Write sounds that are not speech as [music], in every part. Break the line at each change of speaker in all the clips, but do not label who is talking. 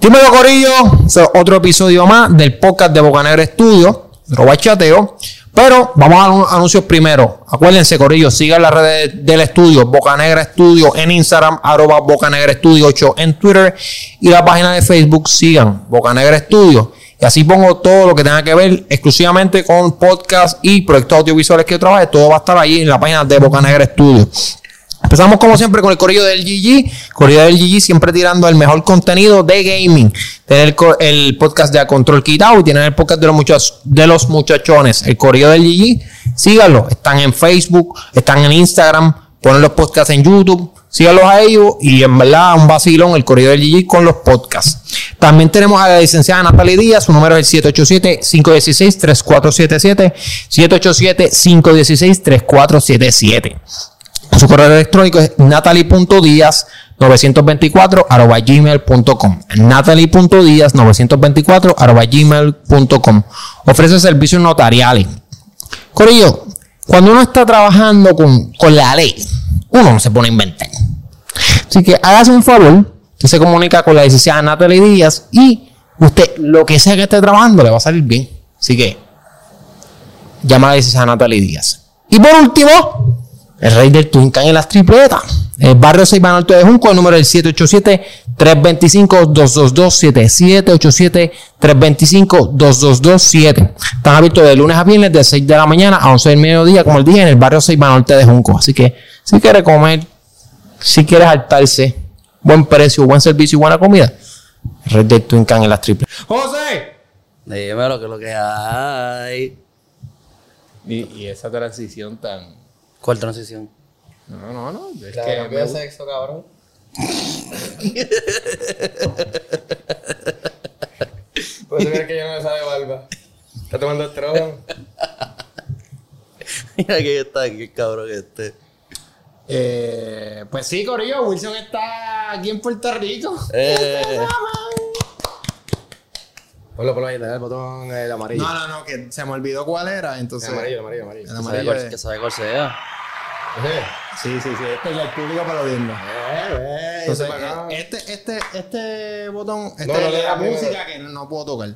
Dímelo, Corillo. So, otro episodio más del podcast de Bocanegra Estudio, Robachateo. Pero vamos a los anuncios primero. Acuérdense, Corillo, sigan las redes del estudio, Bocanegra Estudio en Instagram, arroba Bocanegra Estudio 8 en Twitter y la página de Facebook, sigan Bocanegra Estudio. Y así pongo todo lo que tenga que ver exclusivamente con podcast y proyectos audiovisuales que yo trabaje. Todo va a estar ahí en la página de Bocanegra Estudio. Empezamos como siempre con el corrillo del GG. Corrillo del GG siempre tirando el mejor contenido de gaming. Tener el, co- el podcast de A Control Quitado y tienen el podcast de los, muchachos de los muchachones. El corrillo del GG, síganlo. Están en Facebook, están en Instagram, ponen los podcasts en YouTube. Síganlos a ellos y en verdad un vacilón el corrido del GG con los podcasts. También tenemos a la licenciada Natalie Díaz, su número es el 787-516-3477. 787-516-3477. Su correo electrónico es natalie.díaz924 arroba gmail.com. Natalie.díaz924 arroba gmail.com. Ofrece servicios notariales. Corillo, cuando uno está trabajando con, con la ley, uno no se pone a inventar. Así que hágase un favor, usted se comunica con la licenciada Natalie Díaz y usted, lo que sea que esté trabajando, le va a salir bien. Así que, llama a la licenciada Natalie Díaz. Y por último, el rey del Tuncán en las tripletas. El barrio 6 Alto de Junco, el número del 787-325-2227. 787-325-2227. Están abiertos de lunes a viernes, de 6 de la mañana a 11 del mediodía, como el día, en el barrio 6 Norte de Junco. Así que, si quiere comer, si quiere saltarse, buen precio, buen servicio y buena comida, el rey del Tuncán en las tripletas. ¡José!
Dímelo, que es lo que hay.
Y, y esa transición tan.
¿Cuál transición? [laughs]
No, no, no. Es
La
que
cambio de
me-
sexo,
[laughs]
cabrón. Pues tú crees que yo no me sabe barba. Está tomando estrogen.
Mira que está aquí, el cabrón este.
Eh, pues sí, Corillo, Wilson está aquí en Puerto Rico. [laughs]
Eh,
Ponlo, ponlo ahí, dale el botón, el amarillo.
No, no, no, que se me olvidó cuál era, entonces.
El amarillo, el amarillo, el amarillo.
El
que
amarillo
sabe
es-
cuál- que sabe cuál sea.
Ese.
Sí, sí, sí, este ya el público aplaudiendo.
Eh, eh, ese
Entonces,
para acá.
eh, este, este, este botón, este
No,
es
no,
el de
no,
la
no, no, no.
música que no puedo tocar.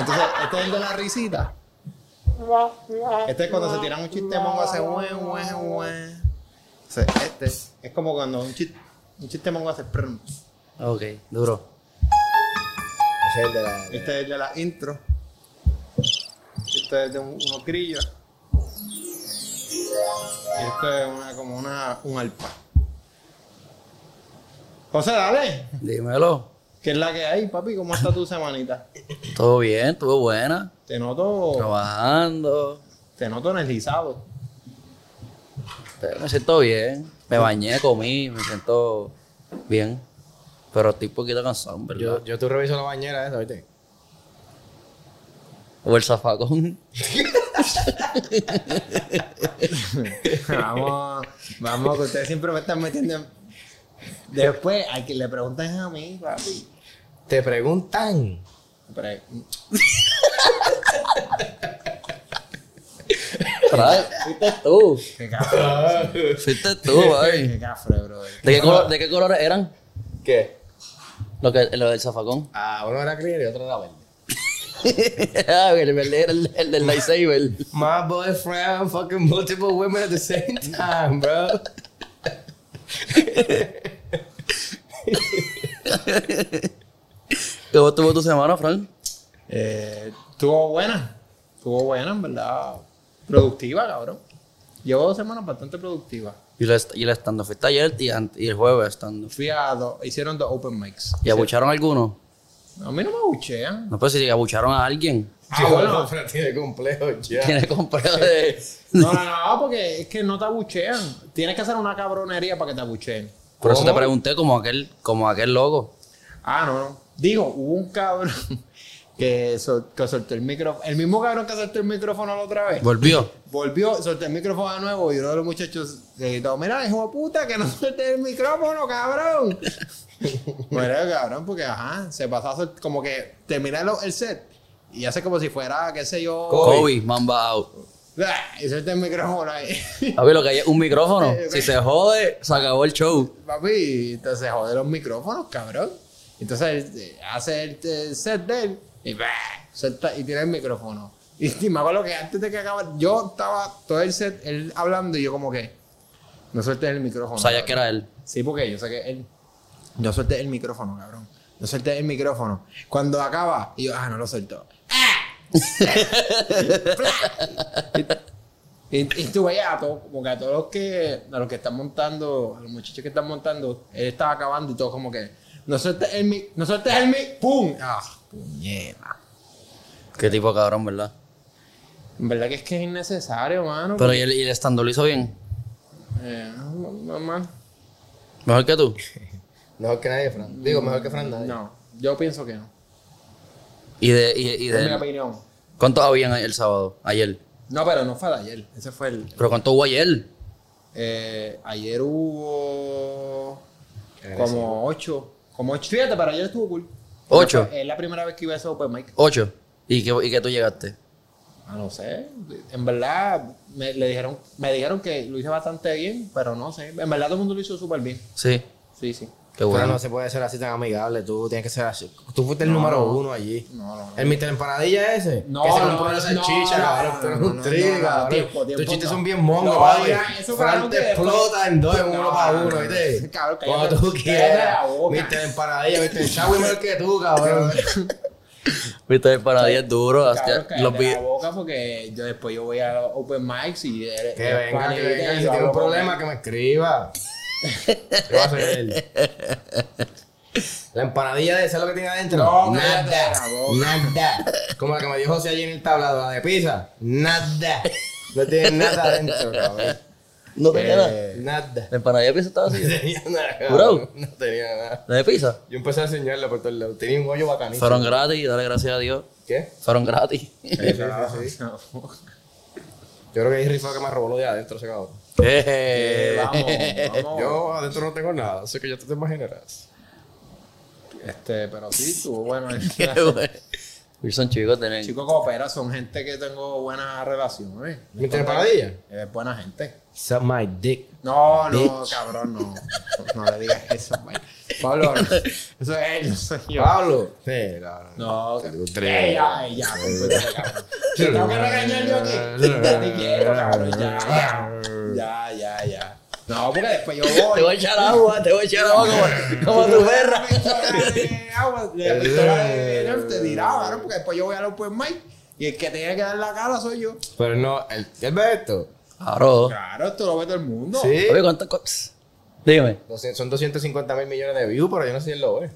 Entonces, este es el de la risita. Este es cuando se tiran un chiste mongo, hace hue, hue, hue. Entonces, Este es como cuando un chiste, un chiste mongo hace prum.
Ok, duro.
Ese es el de la.
Este es el de la intro. Este es de un- unos grillos. Y este es una, como una, un alpa. José, dale.
Dímelo.
¿Qué es la que hay, papi? ¿Cómo está tu semanita?
Todo bien, estuvo buena.
Te noto,
Trabajando.
te noto energizado.
Pero me siento bien. Me bañé, comí, me siento bien. Pero estoy un poquito cansado, en ¿verdad?
Yo, yo tú reviso la bañera esa, ¿viste?
O el zafacón. [laughs]
vamos, vamos, que ustedes siempre me están metiendo en... Después, hay que le preguntan a mí, papi.
Te preguntan.
Pre-
Trae, Fuiste tú.
Qué cafre,
Fuiste tú, ay.
qué cafre, brother.
¿De qué, color- ¿De qué colores eran?
¿Qué?
Lo, que, lo del zafacón. [laughs]
Ah, uno era clear y otro era verde.
Ah, el, verde era el, el del lightsaber.
My boyfriend fucking multiple women at the same time, bro.
¿Cómo estuvo tu semana, Frank?
Eh, Estuvo buena. Estuvo buena, en verdad. Productiva, cabrón. Llevo dos semanas bastante productivas.
Y el, est- y el stand-up. Fuiste ayer y, an- y el jueves stand-up.
Fui a dos, hicieron dos open mics.
¿Y abucharon a alguno?
A mí no me abuchean.
No, pero si abucharon a alguien.
Ah, bueno.
Fran tiene complejo ya.
[laughs] Tiene comprado de...
No, no, no, porque es que no te abuchean. Tienes que hacer una cabronería para que te abucheen.
Por eso te
¿Cómo?
pregunté, como aquel, como aquel loco.
Ah, no, no. Digo, hubo un cabrón [laughs] que, sol- que soltó el micrófono. El mismo cabrón que soltó el micrófono la otra vez.
Volvió.
Volvió, soltó el micrófono de nuevo y uno de los muchachos le gritó, mira, hijo de puta, que no [laughs] suelte el
[laughs]
micrófono, cabrón. bueno, cabrón, porque ajá, se pasó a sol- como que termina lo- el set y hace como si fuera, qué sé yo,
Kobe, mamba out.
y suelta el micrófono ahí. [laughs]
A ver, lo que hay es un micrófono. Si se jode, se acabó el show.
Papi, entonces jode los micrófonos, cabrón. Entonces él, eh, hace el, eh, set de él y, bah, suelta- y tiene el micrófono. [laughs] Y, y me acuerdo que antes de que acabara, yo estaba todo el set, él hablando y yo como que, no sueltes el micrófono.
O sea, ya
cabrón".
que era él.
Sí, porque yo saqué el. Yo solté el micrófono, cabrón. Yo solté el micrófono. Cuando acaba, y yo, ah, no lo soltó. Y, [laughs] y tú veías a todos, como que a todos los que, a los que están montando, a los muchachos que están montando, él estaba acabando y todos como que, no sueltes el mic, no sueltes el mic, ¡pum! ¡Ah, puñeta!
Qué tipo cabrón, ¿verdad?
En verdad que es que es innecesario, mano.
Pero y el, y el stand lo hizo bien.
Eh, no, no, man.
Mejor que tú.
Mejor que nadie, Fran. Digo, mejor que Fran, nadie.
No, yo pienso que no.
Y de, y, y
Es mi
de
opinión.
¿Cuántos habían el sábado? Ayer.
No, pero no fue de ayer. Ese fue el,
¿Pero cuánto hubo ayer?
Eh, ayer hubo
Agresivo.
como ocho. Como ocho. Fíjate, pero ayer estuvo cool.
¿Ocho?
Fue- Es la primera vez que iba a ese open mic.
Ocho. ¿Y que, y que tú llegaste?
Ah, no sé. En verdad, me, le dijeron, me dijeron que lo hice bastante bien, pero no sé. En verdad todo el mundo lo hizo súper bien.
Sí.
Sí, sí.
Qué
Pero
bueno.
no se puede ser así tan amigable. Tú tienes que ser así. Tú fuiste el número uno allí.
No, no, no.
El Mr. Empanadilla ese.
No,
que se
no,
compró
no,
la salchicha,
no,
cabrón.
no,
tú eres
no,
un
no,
trigo,
no, no,
cabrón.
tiempo, tiempo,
Tus chistes
no.
son bien mongos,
No,
papi.
ya, eso
Fran
cabrón, que
te
después-
explota en dos, en
No,
uno para uno,
no,
¿viste?
cabrón, cállate.
Cuando tú
Cállate
quieras.
la boca.
Mr. Empanadilla, Mr. Chagüe mejor que tú,
[laughs]
cabrón.
Viste, el paradía es duro.
Cabrón,
hasta- los
cállate
vi-
la boca porque yo después yo voy a los open mics y eres-
Que
eres
venga, que
panita y
venga. Si tiene
yo
un
hablo con
problema,
él.
que me escriba. ¿Qué va a hacer él? La empanadilla de esa lo que tiene adentro.
No, cállate
nada.
la boca.
Nada. Como la que me dijo José allí en el tablado, la de pizza. Nada. No tiene nada adentro, [laughs] cabrón.
No tenía nada.
Eh, Nada. [laughs]
La empanadilla de pizza estaba
No
así.
tenía nada.
Bro.
cabrón. No tenía nada.
La de pizza.
Yo empecé a enseñarla por todos lados. Tenía un hoyo bacanito.
Fueron gratis, dale gracias a Dios.
¿Qué?
Fueron
[laughs]
gratis.
Sí, Ah,
Ah,
sí, sí. [laughs] Yo creo que ahí Riff fue que me robó lo de adentro ese cabrón.
Eh,
[laughs]
[laughs]
Vamos, vamos.
Yo adentro no tengo nada, así que ya tú te imaginarás.
Este, pero sí, estuvo
[laughs]
bueno.
[laughs] Qué bueno. Wilson chicos tener.
Chicos coopera, son gente que tengo buena relación, ¿eh?
¿Me tiene paradilla?
Es buena gente.
Suck my dick.
No, no, cabrón, no. No le digas eso, güey.
[laughs]
Pablo, no. eso es él, no soy yo.
Pablo. Sí, cabrón.
No,
Te gusta.
ella, ella, compórtate, cabrón. pues, Te tengo que regañar yo aquí. Ya te quiero, cabrón, ya. Ya, ya, ya. No, porque después
[laughs]
yo
Te voy a
voy.
echar agua, te voy a echar agua como, como tu
[laughs]
perra.
La pistola de agua, la pistola de Nerf te dirá, cabrón, porque después yo voy al Open Mic y el que tiene que dar la cara soy yo.
Pero no, el, ¿él ve esto?
Claro.
Claro, esto lo ve todo el mundo.
Sí.
Oye, ¿cuánto? cu- pss, Dime.
200 son 250 mil millones de views, pero yo no sé si él lo ve.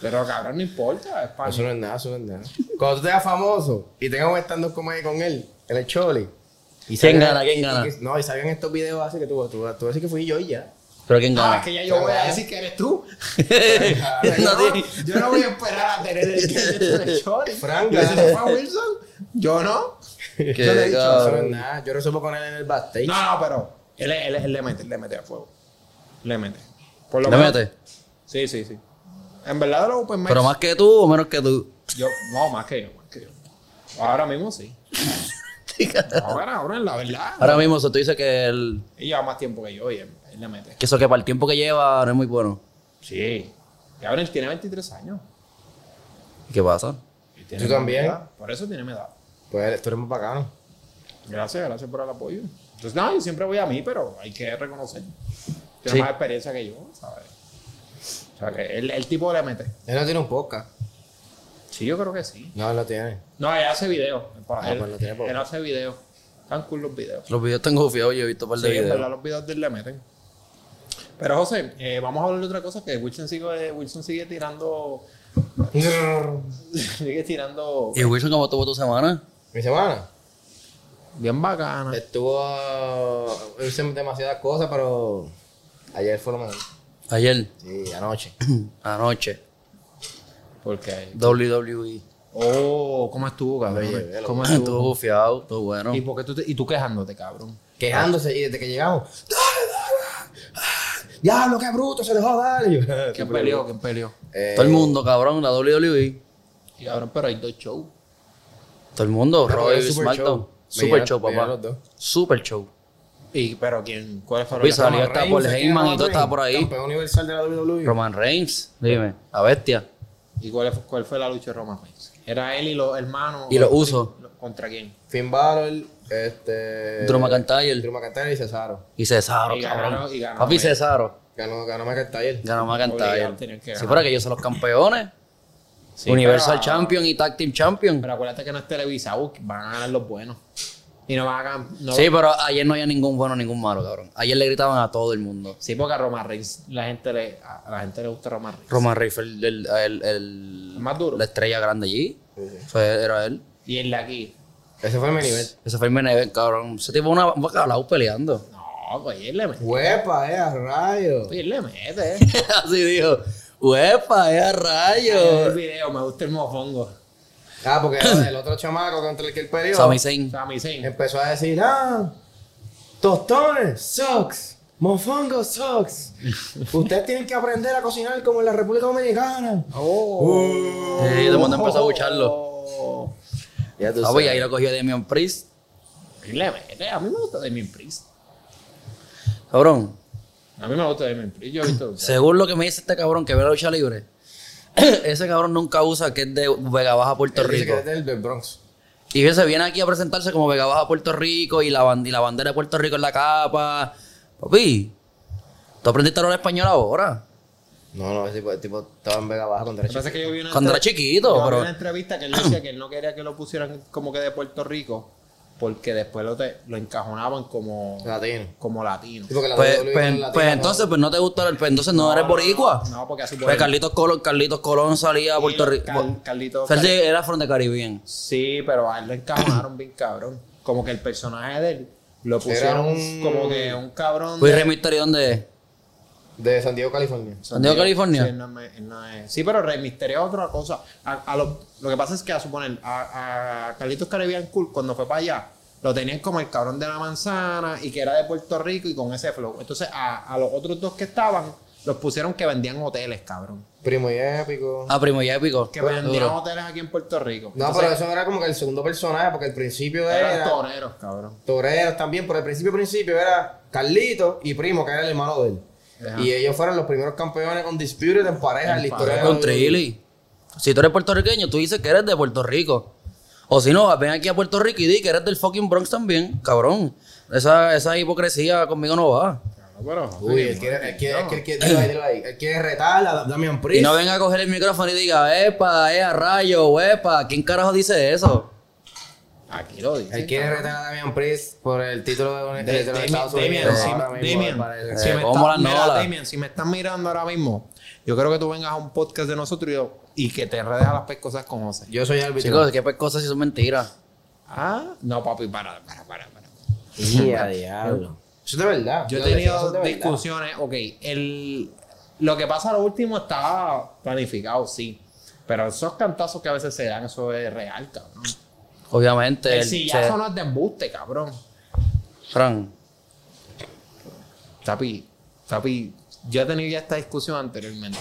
Pero cabrón, no importa, es para
Eso no es nada, eso no es nada. Cuando tú seas famoso y tengas un stand-up comedy con él, en el Choli. Y
¿Quién
salgan-
gana? ¿Quién
y-
gana?
y- no, y salgan estos videos así que tú, tú, tú vas a decir que fui yo y ya.
Pero ¿quién
Ah,
gana?
es que ya yo voy a decir que eres tú.
No
yo, no,
tiene-
yo no voy a esperar a tener el que el short.
Frank,
¿Y ese
¿eh?
fue a Wilson? Yo no.
[laughs] Qué
yo le he dicho, eso no es
cabrón.
nada. Yo resuelvo con él en el backstage.
No, no, pero él, él, él le mete, él le mete a fuego. Le mete. Por
¿Le
menos-
mete?
Sí, sí, sí. En verdad de los open mics,
Pero más que tú o menos que tú.
yo, no, más que yo, más que yo. Ahora mismo
[laughs]
sí. Ahora, ahora, la verdad.
Ahora mismo, si tú dices que, el,
Y lleva más tiempo que yo y él, él le mete.
que eso que para el tiempo que lleva no es muy bueno.
Sí. Y ahora él tiene 23 años.
¿Y ¿Qué pasa?
Y tiene
Tú
mi
también.
edad. Por eso tiene mi edad.
Pues tú eres muy bacano.
Gracias, gracias por el apoyo. Entonces, no, yo siempre voy a mí, pero hay que reconocer. Tiene
Sí.
más experiencia que yo, ¿sabes? O sea, que el, el tipo le mete.
Él no tiene un podcast.
Sí, yo creo que sí.
No, él no tiene.
No, él hace video.
Ah,
él,
pues lo tiene por-
él hace video. Están cool los videos.
Los videos están gufiados, yo he visto un par
Sí,
de
en verdad
videos.
los videos de él le meten. Pero José, eh, vamos a hablar de otra cosa, que Wilson sigue, Wilson sigue tirando... [laughs] sigue tirando...
¿Y Wilson cómo estuvo tu semana?
Mi semana.
Bien
Ah.
bacana.
Estuvo. Hice demasiadas cosas, pero. Ayer fue lo mejor.
[clears throat]
Ayer,
Sí, anoche.
[laughs] anoche,
Porque...
WWE.
Oh, ¿cómo estuvo, cabrón?
Oye,
[clears throat]
¿Cómo
Estuvo
estuvo?
gufiado, estuvo bueno.
¿Y, por qué tú te- y tú quejándote, cabrón?
Quejándose y desde que llegamos. ¡Dale, dale! ¡Ah! ¡Diablo, qué bruto! Se dejó dar. Y yo,
¿Quién peleó? ¿Quién peleó?
Eh,
Todo el mundo, cabrón, la WWE.
Y cabrón, pero hay dos shows.
Todo el mundo,
pero
Roy,
es super
SmackDown.
show. Me
Super
llenaron-
show,
me llenaron
papá.
los dos.
Super show.
Y, pero ¿quién? ¿Cuáles fueron
Uy,
las-
salió
Roman
hasta Paul
Reigns,
Heyman
¿quién
y
es
todo
Roman
estaba por
Reigns?
ahí.
Campeón universal de la WWE.
Roman Reigns, dime, la bestia.
¿Y cuál fue, cuál fue la lucha de Roman Reigns? Era él y los hermanos.
Y los usos.
¿Contra quién?
Finn Balor, este...
Drew McIntyre.
Drew McIntyre y Cesaro.
Y Cesaro,
Eh, Y
cabrón.
ganaron, y eh. ganaron.
Papi Cesaro.
Ganó, ganó McIntyre.
Ganó
Obligado,
McIntyre.
tenían que
Si
ganar.
fuera que ellos son los campeones.
Sí,
Universal
pero-
Champion y Tag Team Champion.
Pero acuérdate que no es televisado, que van a ganar los buenos. Y no van a ganar. no-
sí, pero ayer no había ningún bueno, ningún malo, cabrón. Ayer le gritaban a todo el mundo.
Sí, porque a Roman Reigns, la gente le, a la gente le gusta Roman Reigns.
Roman Reigns fue el, el- el- el-
El más duro.
La estrella grande allí. Fue- era él.
Y el de aquí.
Ese fue el main event.
Ese fue el main event, cabrón. Ese tipo una un bacalao peleando. [laughs]
No, pues él le mete.
Huepa, eh, a rayo.
Pues él le mete.
Eh. Así dijo. ¡Uepa, es a
el
rayo!
video, me gusta el mofongo.
Ah, porque el otro chamaco contra el que él peleó
Sami Zayn.
Sami Zayn.
empezó a decir, ah, tostones, socks, mofongo, socks. Ustedes tienen que aprender a cocinar como en la República Dominicana.
Oh.
Sí, de momento empezó a bucharlo.
Oh.
Ya tú
Ah, pues, y ahí lo cogió Damian Priest.
Él le mete. A mí me gusta Damien Priest.
Cabrón,
A mí me gusta Damien Priest. Yo he visto.
según lo que me dice este cabrón que ve la lucha libre, [clears throat] ese cabrón nunca usa que es de Vega Baja, Puerto
Él dice
Rico.
que es del, del Bronx.
Y él se viene aquí a presentarse como Vega Baja Puerto Rico y la, ban- y la bandera de Puerto Rico en la capa. Papi, ¿tú aprendiste a hablar español ahora?
No, no, ese tipo, el tipo estaba en Vega Baja con
Lo que
derecho.
pasa es que yo vi una
Cuando era
entrev-
chiquito,
yo vi
pero-
una entrevista que él decía que él no quería que lo pusieran como que de Puerto Rico porque después lo, te- lo encajonaban como,
Latino.
como latino.
Sí, porque la
Pues,
WWE
pues-
con los
pues
latinos
entonces pues no te gusta, el- pues entonces no, eres boricua.
No, porque así
Pues Carlitos Colón, Carlitos Colón salía a Puerto
Cal-
Rico.
Carlitos-
Fue el de- Era frente Caribbean.
Sí, pero a él lo encajonaron bien cabrón. Como que el personaje de él lo pusieron
un-
como que un cabrón.
Luis
de-
Rey Misterio, ¿dónde es?
de San Diego, California.
San Diego, California.
Sí, no me- no es- sí, pero Rey Misterio es otra cosa. A, a lo, lo que pasa es que a suponer, a, a Carlitos Caribbean Cool, cuando fue para allá, lo tenían como el cabrón de la manzana y que era de Puerto Rico y con ese flow. Entonces, a, a los otros dos que estaban, los pusieron que vendían hoteles, cabrón.
Primo y épico.
Ah, primo, ya épico.
Que
Duro.
vendían hoteles aquí en Puerto Rico.
no,
Entonces,
pero eso era como que el segundo personaje, porque el principio era.
eran toreros, cabrón.
toreros también, pero al principio, principio era Carlito y Primo, que era el hermano de él.
Ajá.
Y ellos fueron los primeros campeones undisputed en pareja en la historia. de la
Con
WWE.
Trilly. Si tú eres puertorriqueño, tú dices que eres de Puerto Rico. O si no, ven aquí a Puerto Rico y di que eres del fucking Bronx también, cabrón. Esa, esa hipocresía conmigo no va.
Claro, pero-
Uy, él quiere, él quiere, él quiere, dilo ahí, dilo ahí. Él quiere retar a Damian
Y
Priest.
no venga a coger el micrófono y diga, epa, eh, a rayo, epa, ¿quién carajo dice eso?
Aquí lo dice.
Él quiere retar a Damian Priest por el título de, de, de los
Damien,
Estados
Damien,
Unidos.
eh, si-
ahora mismo,
Damien,
me parece.
si
Eh,
me
¿cómo
estás-
la
mira,
nola?
Damien, si me estás mirando ahora mismo, yo creo que tú vengas a un podcast de nosotros y, yo- y que te redes a las pescosas con José.
Yo soy árbitro. [laughs]
Chicos, qué pues, cosas si son mentiras.
Ah, no, papi, para, para, para. para.
Día, diablo. Eso es de verdad.
Yo he
Yo decía, eso
tenido
es de verdad.
discusiones, ok, el, lo que pasa a lo último estaba planificado, sí. Pero esos cantazos que a veces se dan, eso es real, cabrón.
Obviamente.
El
el-
sillazo
se-
no es de embuste, cabrón.
Fran,
Tapi, Tapi, yo he tenido ya esta discusión anteriormente.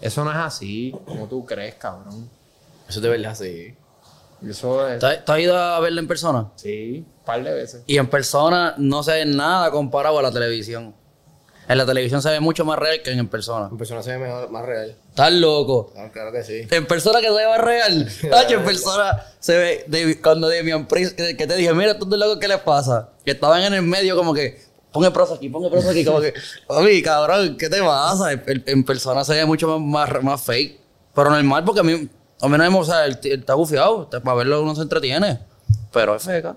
Eso no es así, como tú crees, cabrón.
Eso es de verdad, sí.
Eso es.
¿tú has- tú has ido a verla en persona?
Sí, un par de veces.
Y en persona no se ve nada comparado a la televisión. En la televisión se ve mucho más real que en persona.
En persona se ve mejor, más real.
Estás loco.
Claro, claro que sí.
En persona que se ve más real. Tacho, en persona se ve. de- cuando Damian Priest, eh, que, que te dije, mira, tú de loco, ¿qué les pasa? Que estaban en el medio como que. Pon el brazo aquí, pon el brazo aquí. Como que. Papi, cabrón, ¿qué te pasa? En, en- en persona se ve mucho más, más, más fake. Pero normal, porque a mí. A mí no me. O sea, él, él está bufiado. Para verlo uno se entretiene. Pero es feca.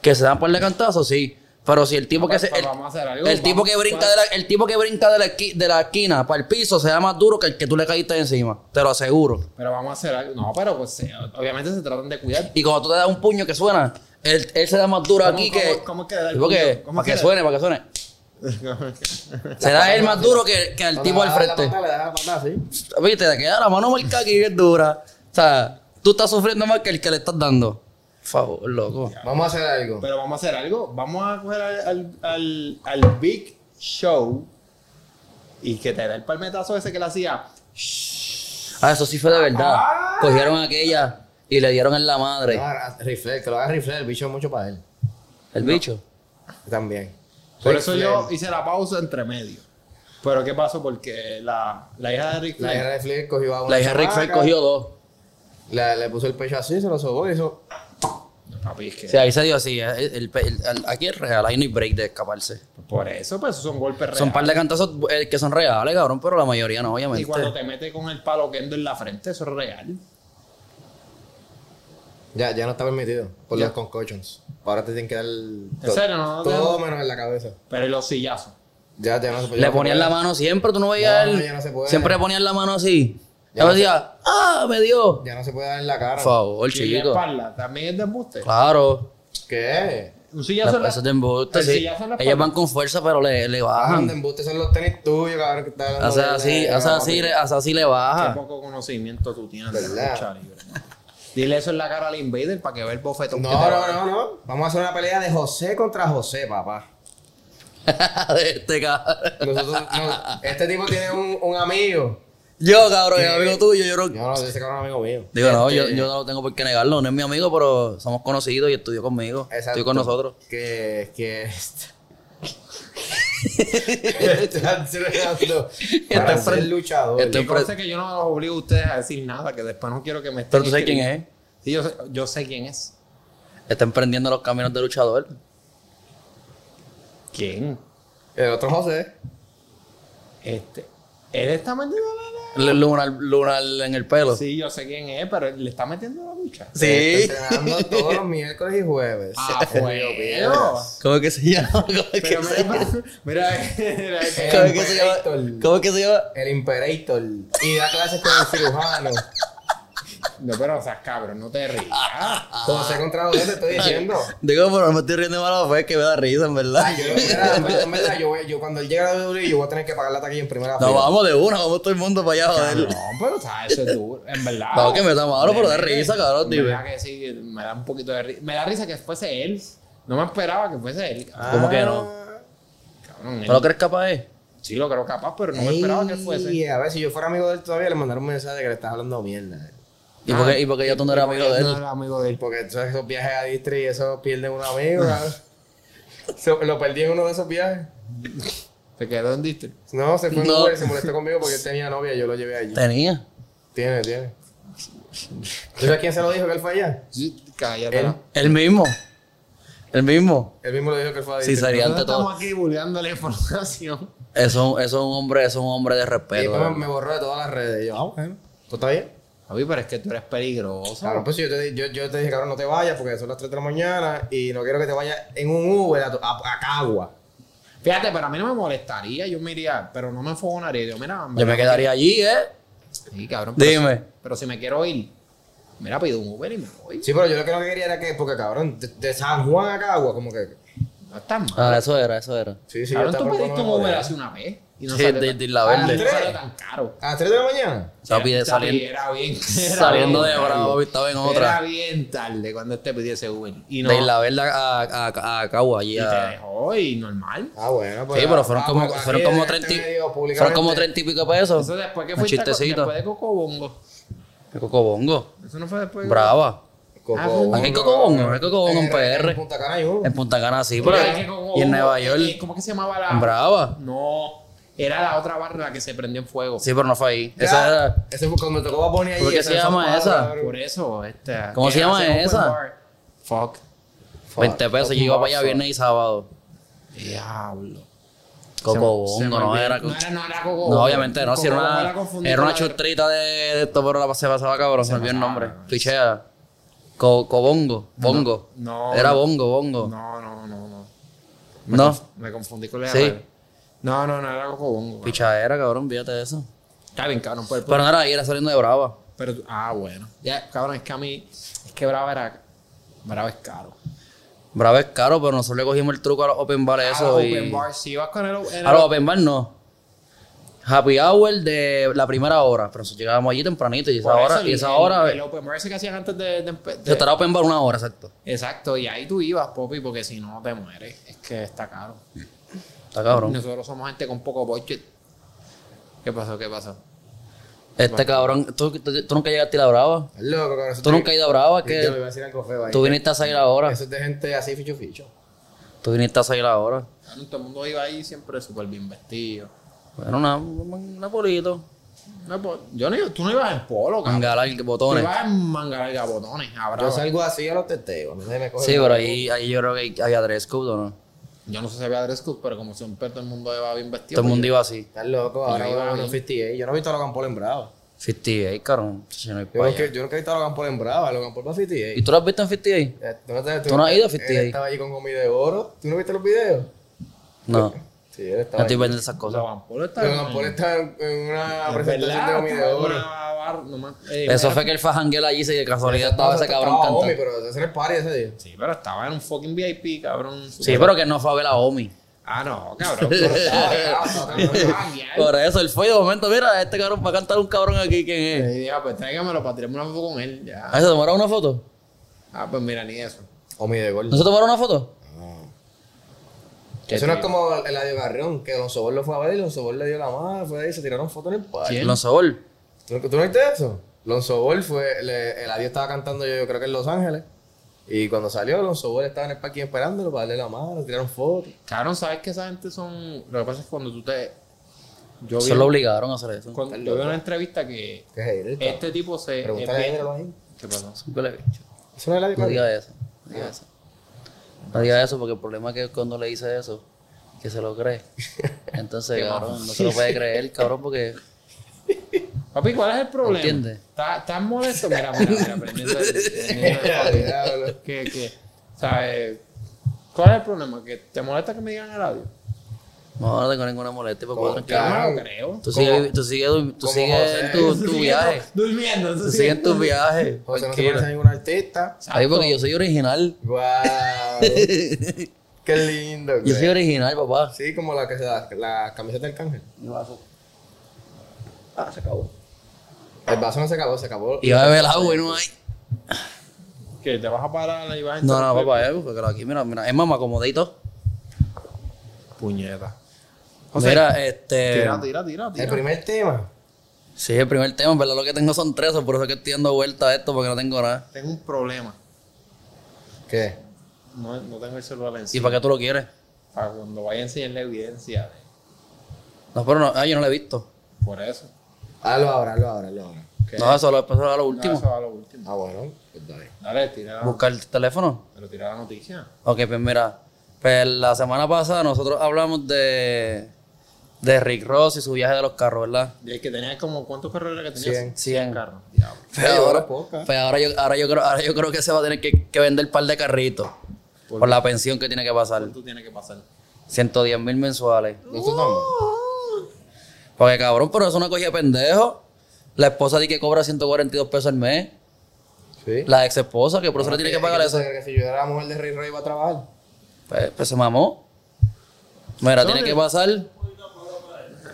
Que se dan un par de cantazos, sí. Pero si el tipo que
Pues,
se.
pues,
el-
vamos a hacer algo.
el tipo
Vamos,
que brinca de la, el tipo que brinca de la, esqui- de la esquina para el piso se da más duro que el que tú le caíste encima, te lo aseguro.
Pero vamos a hacer algo. No, pero pues eh, obviamente se tratan de cuidar.
Y cuando tú te das un puño que suena, él, él se da más duro
¿Cómo-
aquí
cómo-
que.
cómo es que le da el
Sí, porque-
puño? ¿Cómo
para
es
que,
que le-
suene, para que suene. Se da él más duro que, que al
Cuando
tipo
le
al
das la
frente.
patada, Le das la patada, sí.
Viste, te queda la mano marcada aquí bien dura. O sea, tú estás sufriendo más que el que le estás dando. Por favor, loco.
Vamos a hacer algo.
Pero vamos a hacer algo. Vamos a coger al, al, al, al Big Show y que te da el palmetazo ese que le hacía.
Ah, eso sí fue de verdad.
Ah.
Cogieron a aquella y le dieron en la madre.
No, a- a- Rifler, que lo haga Rifler, el bicho es mucho para él.
El bicho.
También.
Por
Ric
eso
Flair.
yo hice la pausa entre medio. Pero ¿qué pasó? Porque la, la hija de Rick
La hija de Ric Flair cogió a una
La hija de Rick Flair
chamaca,
cogió dos.
la- le puso el pecho así, se lo sobó y eso.
Papi, es que-
Sí, ahí se dio así. El, el- el- el- aquí es real, ahí no hay break de escaparse.
Por eso, pues esos son golpes reales.
Son un par de cantazos eh, que son reales, cabrón, pero la mayoría no,
Y
obviamente.
cuando te metes con el palo Kendo en la frente, eso es real.
Ya, ya no está permitido por los concussions. Ahora te tienen que dar. ¿En
serio? No, no te-
Todo menos en la cabeza.
Pero y los sillazos.
Ya, ya no se Pues ya
Le
no se
ponían la
puede.
mano siempre, tú no veías
No,
él.
ya no se puede.
Siempre le ponían la mano así.
Ya
Yo
no
decía, ah, me dio.
Ya no se puede dar en la cara.
Por favor,
Y la
chiquito.
espalda, también es de embuste.
Claro.
¿Qué?
Un
La-
sillazo en
Eso
la-
es de embuste,
el
sí.
sillazo en la
Ellas
espalda.
van con fuerza, pero le, le
Bajan de
bajan.
embuste, son los tenis tuyos, cabrón, que está
Hace así, hace así, le- hace así le
Qué
baja.
poco conocimiento tú tienes de la
¿Verdad?
lucha libre. man. Dile eso en la cara al invader para que vea el bofetón.
No,
que te va a
no, no,
dar.
no. Vamos a hacer una pelea de José contra José, papá.
[laughs] De este cabrón.
Nosotros, no, este tipo tiene un, un amigo.
Yo, cabrón, el
¿Qué?
amigo tuyo, yo no.
Yo no, ese cabrón es amigo mío.
Digo, no, yo,
Este,
yo no tengo por qué negarlo, no es mi amigo, pero somos conocidos y estudió conmigo.
exacto.
Estudió con nosotros.
Que, que [laughs] está entrenando para
Está
ser
fre-
luchador.
está
Y
fre-
conste que yo no los obligo a ustedes a decir nada, que después no quiero que me estén
Pero tú sabes quién
escribiendo.
es.
Sí, yo sé, yo sé quién es.
Está emprendiendo los caminos de luchador.
¿Quién?
El otro José.
Este. Él está metiendo la...
L- Lunar, lunar en el pelo.
Sí, yo sé quién es, pero él le está metiendo la lucha.
[laughs] Sí.
Está Este, entrenando todos los miércoles y jueves.
Ah,
Dios
bueno.
mío.
¿Cómo que se llama? ¿Cómo [laughs] es que
Pero
se llama?
mira, mira, [laughs] mira,
¿Cómo es que se llama?
Imperator.
¿Cómo es que se llama?
El Imperator. Y da clases con el cirujano.
No, pero o sea, cabrón, no te
Ah.
rías.
José contra José, te estoy diciendo.
Digo, pero no me estoy riendo de mala fe, que me da risa, en verdad.
Ah, Yo, mira, en verdad, en verdad, yo, voy- yo cuando él llegue a la WWE, yo voy a tener que pagar la taquilla en primera
[laughs] Nos
fila.
vamos de una, vamos todo el mundo para allá,
No,
joder.
pero o sea, eso es duro, en verdad.
No, que me da malo, pero da risa, cabrón,
tío.
tío.
Me da que sí, me da un poquito de risa. Me da risa que fuese él. No me esperaba que fuese él. Ah, cabrón.
¿Cómo que no?
Cabrón,
¿No lo
él-
crees capaz es?
Sí, lo creo capaz, pero no me esperaba que fuese.
eh,
Y a ver, si yo fuera amigo de él todavía, le mandaron un mensaje de que le estás hablando mierda.
¿Y por qué, y por qué ya tú no eres amigo de
No
él?
era amigo de él.
Porque tú sabes, esos viajes a Distri y eso pierden un amigo.
[laughs]
¿sabes? Se- lo perdí en uno de esos viajes.
Se quedó en Disney.
No, se fue en
No.
Uber y se molestó conmigo porque él tenía novia y yo lo llevé allí.
Tenía.
Tiene, tiene. ¿Tú sabes quién se lo dijo que él fue allá?
Sí, Cállate.
Él.
¿no?
El mismo. El mismo.
Él mismo lo dijo que él fue a
Sí,
Distri.
sería
Nosotros
ante todo.
Estamos aquí bulleando la [laughs] información.
Eso, eso es un hombre, eso es un hombre de
Y
respeto. eh.
después me,
cabrón.
me borró de todas las redes. Y yo, ah, bueno. ¿Tú estás bien?
Javi, pero es que tú eres peligroso.
Cabrón, pues sí, yo te, di- yo, yo te dije, cabrón, no te vayas porque son las 3 de la mañana y no quiero que te vayas en un Uber a, tu- a, a Cagua.
Fíjate, pero a mí no me molestaría. Yo me iría, pero no me enfogonaría. Yo, mira, en
Yo me
verdad,
quedaría allí, ¿eh?
Sí, cabrón. pero
Dime.
si- Pero si me quiero ir, mira, pido un Uber y me voy.
Sí, pero yo lo que no quería era que, porque cabrón, de, de San Juan a Cagua, como que.
No está mal.
Ah, eso era, eso era.
Sí, sí,
cabrón,
yo
tú
tampoco
pediste
me
un Uber
jodía.
hace una vez. Y no
Sí,
salió
de,
tan-
de la
Ah,
verde.
no salió tan caro.
¿A las 3 de la mañana?
Papi,
Era-
saliendo- [laughs]
Era bien. era
Saliendo de
bien tarde.
Bravo, estaba en
Era
otra.
bien tarde cuando este pidió ese Uber. Y no.
De la verde a, a, a Cagua, allí
y
a-
te dejó y normal.
Ah, bueno, pues.
Sí, pero fueron
ah,
como,
pues, aquí
fueron como
en este
30 y-
medio,
fueron como
públicamente,
30 y pico pesos.
Eso después que
Un
fuiste a-
chistecito.
después de Cocobongo.
De Cocobongo.
Eso no fue después de
Brava.
Cocobongo.
Aquí en Cocobongo, aquí en Cocobongo, en
Eh,
PR.
En Punta Cana hay uno.
En Punta Cana sí,
Porque
pero
es que Cocobongo-
y en Nueva
eh,
York,
¿Cómo que se llamaba la?
en Brava.
No. Era la otra barra la que se prendió en fuego.
Sí, pero no fue ahí.
Ya,
Esa era.
Ese fue cuando me tocó Bad Bunny allí.
¿Por qué
ese
se
era
llama
San Pablo,
esa?
cabrón.
Por eso, este.
¿Cómo se
que
llama
hacen open
esa?
bar. Fuck.
20 pesos y yo iba para allá viernes y sábado.
Diablo. Se- se me
Cocobongo, no
olvidó.
era.
No era, no era Cocobongo.
No, obviamente, no, si era
Cocobongo
una,
confundida
era una
con la- Ah,
chustrita de, de esto, pero la se pasaba cabrón, se me olvidó el
pasaba,
nombre.
cabrón.
Pichea. Co- Cobongo, bongo.
no,
Era
no.
bongo, bongo.
No, no, no, no. Me
No,
conf- Me confundí con la
Sí.
radio. No, no, no era Cocobongo.
pichadera, cabrón, fíjate de eso.
Está bien, cabrón. Pero,
Pero no era ahí, era saliendo de Brava.
pero tú- ah, bueno. Ya, cabrón, es que a mí. Es que Brava era. Brava es caro.
Brava es caro, pero nosotros le cogimos el truco a los open bar eso
a los
y...
Ah, open bar, si ibas con el. el-
A los open bar no. Happy hour de la primera hora, pero nosotros llegábamos allí tempranito y esa
por Pues eso,
hora,
el-
y esa
el-
hora...
El open bar ese que hacían antes de. de empe- de-
se estará open bar una hora, exacto.
Exacto, y ahí tú ibas, Poppy, porque si no te mueres. Es que está caro.
Está cabrón.
Nosotros somos gente con poco budget. ¿Qué pasó? ¿Qué pasó?
Este cabrón, ¿tú, tú- tú nunca llegaste a la Brava.
Estás Loco, cabrón. eso
Tú
te-
nunca has ido a Brava,
Yo me
que
iba a decir algo feo ahí.
tú viniste a salir ahora.
Eso es de gente así ficho ficho.
Tú viniste a salir ahora.
Cabrón, Todo el mundo iba ahí siempre súper bien vestido.
Bueno, nada, un napolito.
No, pues, yo no iba- tú no ibas en polo, cabrón.
Mangalar
Tú
botones.
ibas en manga larga botones,
Yo
abrazo.
salgo así a los teteos. a mí nadie me coge
Sí,
el-
pero ahí, ahí yo creo que hay- había tres cubos, ¿no?
Yo no sé si había dress code, pero como siempre todo el mundo iba bien vestido.
Todo el mundo iba así.
Estás loco, ahora
Yo
voy
iba
a los
ahí.
58. Yo no he visto a Logan Paul en Bravo.
58, cabrón. Si no hay
Yo,
pa'
nunca-
allá.
yo nunca he visto a Logan Paul en Bravo. Logan Paul va a 58.
¿Y tú lo has visto en 58?
Eh, ¿Tú no, te-
¿Tú no has ido a
él
58?
estaba allí con Gomi de Oro. ¿Tú no viste los videos?
No.
Sí, él
No
estaba
estoy
allí.
viendo esas cosas.
Logan Paul está
Logan Paul está en, en una presentación de Gomi de Oro.
Eso fue que el fajanguel allí se de casualidad estaba ese cabrón
Estaba Gomi,
cantando.
pero ese era el party
[laughs]
ese día.
Sí, pero estaba en un fucking VIP, cabrón.
Sí, pero que no fue a ver a Omi. [laughs]
Ah, no, cabrón.
Por eso, él fue y de momento, mira, este cabrón va a cantar un cabrón aquí, ¿quién es?
Y dije, ah, pues tráigamelo para tirarme una foto con él. Ya.
¿Ah, ¿Se tomaron una foto?
Ah, pues mira, ni eso.
Gomi de Oro.
¿No se tomaron una foto?
Eso no es como el Eladio Garrión, que Don Sobor lo fue a ver y Don Sobor le dio la mano, fue ahí, se tiraron fotos en el party.
Los Sol.
¿Tú, tú no viste eso? Lonzo Ball fue, le- el adiós estaba cantando yo, yo creo que en Los Ángeles. Y cuando salió, Lonzo Ball estaba en el parking esperándolo para darle la mano, tiraron fotos.
Cabrón, ¿sabes que esa gente son...? Lo que pasa es que cuando tú te... Yo vi,
Se lo obligaron a hacer eso.
cuando- yo vi una entrevista que
¿Qué es él?
este tipo se...
Pregúntale a
es bien-
Emilio ahí.
¿Qué pasó?
Es un huele bicho.
Eso no es Eladio
No
Garrión.
diga eso. No diga eso. No diga eso porque el problema es que cuando le dice eso, que se lo
[laughs]
cree. Entonces, cabrón, no se lo puede creer, cabrón, porque
Papi, ¿cuál es el problema?
¿Entiendes?
¿Estás estás molesto? Mira, mira, mira. aprendiendo de- aprendiendo
[laughs]
de-
Diablo.
que, que, ¿sabes? ¿Cuál es el problema? ¿Que te molesta que me digan el audio?
no, no tengo ninguna molestia. Pues, puedo
Yo
tranquilo.
no
Claro.
lo creo.
Tú sigues, tú sigues, du- tú
como
sigues en tu,
José.
tu viaje.
Durmiendo.
Tú sigues en tu viaje.
José no se
tranquilo.
parece a ningún artista.
Ay, porque yo soy original. [laughs]
¡Guau! ¡Qué lindo,
Yo soy
güey.
original, papá.
Sí, como la, que se da- la camiseta del cángel. Ah, se acabó. El vaso no se acabó, se acabó.
Y va a beber agua y no hay.
Que te vas a parar y vas a
No, no,
entrar-
papá, eh, porque aquí, mira, mira. Es más, me acomodé y todo.
Puñeta.
Mira, este.
Tira, tira, tira,
El
tira.
primer tema.
Sí, el primer tema, en verdad lo que tengo son tres, por eso es que estoy dando vuelta a esto, porque no tengo nada.
Tengo un problema.
¿Qué?
No, no tengo el celular
¿Y
encima.
para qué tú lo quieres?
Para cuando vaya a enseñarle evidencia. de-
No, pero no, ah, yo no lo he visto.
Por eso.
Hazlo ahora, hazlo ahora, hazlo ahora.
¿Qué?
No, eso lo pues, eso era lo
No,
último.
eso va a lo último.
Ah, bueno, pues dale.
Dale, tira.
Buscar el teléfono.
Pero tira la noticia.
Ok, pues mira, pues la semana pasada nosotros hablamos de, de Rick Ross y su viaje de los carros, ¿verdad?
De que tenías como, ¿cuántos carros era que tenías?
Cien.
Cien.
carros. Diablo.
Pues
Ay,
ahora,
ahora poca.
pues ahora yo, ahora, yo creo, ahora yo creo que se va a tener que, que vender un par de carritos por, la pensión que tiene que pasar.
¿Cuánto tiene que pasar?
110 mil mensuales.
¿No se toma?
Porque cabrón, pero eso no cogía pendejo. La esposa di que cobra 142 pesos al mes.
Sí.
La ex esposa, que por eso le
Bueno,
tiene
es
que pagar
tú
eso.
sabes Que si yo era la mujer de Rey Rey iba a trabajar.
Pues, pues se mamó. Mira, tiene que pasar.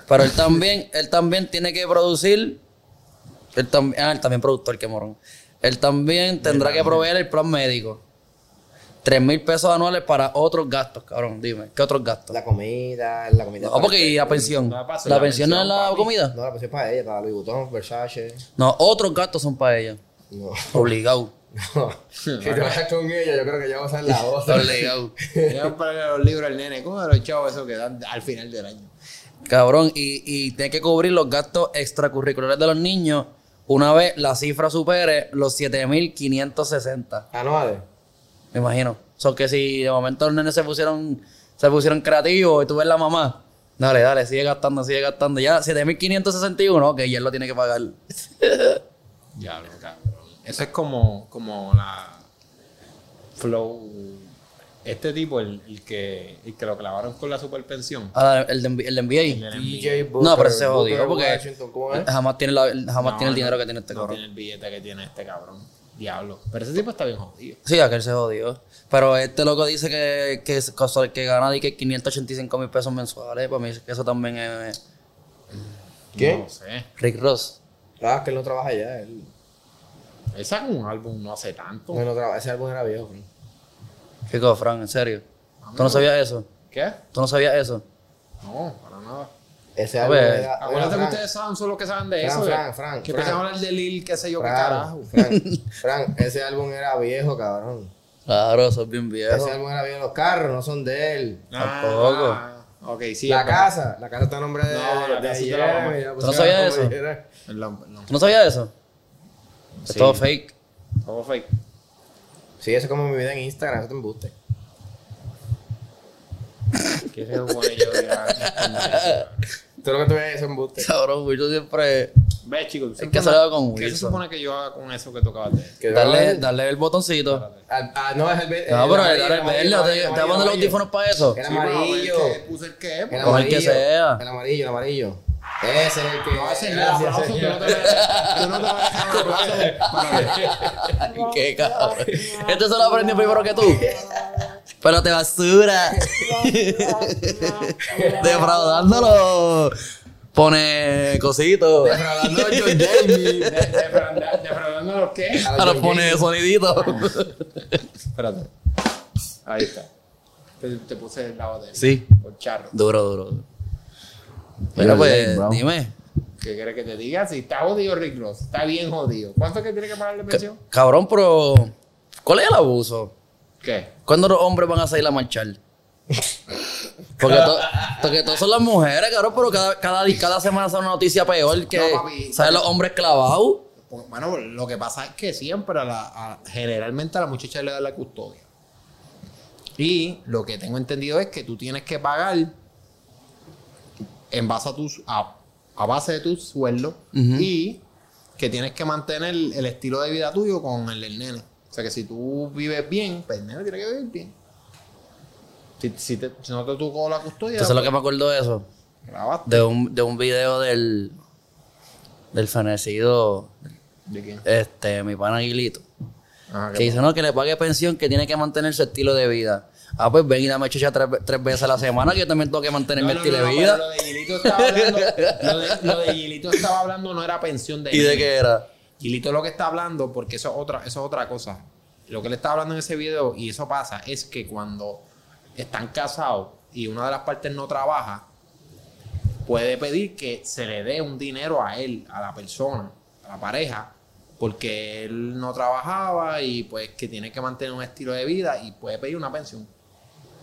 Pero él también, él también tiene que producir. Él también, ah, él también productor, qué morón. Él también tendrá que proveer el plan médico. Tres mil pesos anuales para otros gastos, cabrón. Dime, ¿qué otros gastos?
La comida, la comida.
No, porque y la pensión.
No, pasa,
¿La
la
pensión no es
pensión,
la
papi.
comida?
No, la pensión es para ella, para Louis Vuitton, Versace.
No, otros gastos son para ella.
No. [laughs]
Obligado. [laughs]
no. si te vas con ella, yo creo que ya va a ser la otra.
Obligado.
Tira para los libros al nene. Coge los chavos eso que dan al final del año.
Cabrón, y, y tiene que cubrir los gastos extracurriculares de los niños una vez la cifra supere los 7.560.
Anuales.
Me imagino. O sea, que si de momento los nenes se pusieron, se pusieron creativos y tú ves la mamá, dale, dale, sigue gastando, sigue gastando. Ya 7.561, que ya él lo tiene que pagar.
Diablo, cabrón. Eso es como, como la flow. Este tipo, el, el que, el que lo clavaron con la superpensión.
Ahora, el de, N B- el de NBA.
El de
DJ Booker.
Mm. No, pero ese se jodió
Booker
porque
Washington, ¿cómo es?
jamás tiene, la- jamás
No,
tiene el
no,
dinero que tiene este
no
cabrón.
tiene el billete que tiene este cabrón. Diablo. Pero ese tipo está bien jodido.
Sí, aquel se jodió. Pero este loco dice que, que, es cosa- que gana de que 585 mil pesos mensuales. Para mí, que eso también es
¿Qué?
No sé.
Rick Ross.
Ah, que él no trabaja ya. Él,
Él sacó un álbum no hace tanto.
no, no trabaja. Ese álbum era viejo. bro.
Qué Fran, en serio. ¿Tú no sabías eso?
¿Qué?
¿Tú no sabías eso?
No, para nada.
Ese
A
álbum
ver,
era.
Acuérdate que
era
ustedes saben, son los que saben de
Ah, Fran,
eso.
Fran,
eh.
Fran,
Que
Fran.
empiezan a hablar de Lil, qué sé yo, qué
Fran,
carajo.
Fran, Fran, ese álbum era viejo, cabrón.
Claro, eso es bien viejo.
Ese álbum era bien los carros, no son de él.
Tampoco.
Ah, ok, sí.
la
es verdad.
casa, la casa está a nombre de.
No, la
de
casa es de la
Jeremy,
mamá.
ya
¿Tú no
pusieron
sabías
como
eso?
Jeremy.
Perdón, perdón.
¿Tú no sabías eso? Es
Sí.
todo fake.
Todo fake.
Sí, eso es como mi vida en Instagram, eso te embuste.
¿Qué se supone yo [laughs] diga?
Todo lo que tú ves es embuste.
[laughs] Cabrón, Wilson siempre.
Ves, chicos. ¿qué
Es
se
que
supone-
se lo hago con
¿Qué se
Wilson.
supone que yo haga con eso que tocaba de
Que
Dale,
yo-
dale Eh, el botoncito.
Ah, ah, no, es el verde.
No, pero dale el verde. te- Te vamos a poner los audífonos para eso.
Era
Sí, para ver
amarillo.
qué Puse el que es.
El
porque-
Como el que
amarillo.
sea.
El amarillo, el amarillo. Ese es el que.
No, ese es el
Gracias,
aplauso, tú
señor.
no te mereces- tú no te mereces un aplauso para ver.
Ay, Qué cabrón. Este se lo aprendió primero que tú. Pero te basura. Defraudándolo. Pone cosito.
Defraudando a John Jamie.
De- defrauda- ¿Defraudando los qué?
Ahora pone sonidito.
Espérate. Ahí está. Te, te puse el lado de
Sí.
Por charro.
Duro, duro. Pero pues, dime.
¿Qué quieres que te diga? Si está jodido Rick Ross, está bien jodido. ¿Cuánto es que tiene que pagar la pensión?
Cabrón, pero. ¿Cuál es el abuso?
¿Qué?
¿Cuándo los hombres van a salir a marchar? Porque, to- porque todos son las mujeres, cabrón, pero cada, cada, di- cada semana sale una noticia peor que
No, papi.
salen los hombres clavados.
Porque, Bueno, Pues, lo que pasa es que siempre, a la- a- generalmente a la muchacha le da la custodia. Y lo que tengo entendido es que tú tienes que pagar en base a tus a, a base de tu sueldo y que tienes que mantener el, el estilo de vida tuyo con el del nene. O sea que si tú vives bien, pues el nene tiene que vivir bien. Si, si te- si no te tocó la custodia,
Entonces lo que me acuerdo de eso,
pues, grabaste.
de un, de un video del, del fenecido,
¿De quién?
este, mi pana Aguilito,
Ajá,
que dice, no, que le pague pensión, que tiene que mantener su estilo de vida. Ah, pues ven y dame chucha tres, ve- tres veces a la semana, que yo también tengo que mantener mi
No, no,
estilo
no,
de
pero
vida.
Lo de Gilito estaba hablando, lo de, lo de Gilito estaba hablando no era pensión de
¿Y de
niño.
qué era?
Gilito lo que está hablando, porque eso es otra, eso es otra cosa. Lo que él está hablando en ese video, y eso pasa, es que cuando están casados y una de las partes no trabaja, puede pedir que se le dé un dinero a él, a la persona, a la pareja, porque él no trabajaba y pues que tiene que mantener un estilo de vida y puede pedir una pensión.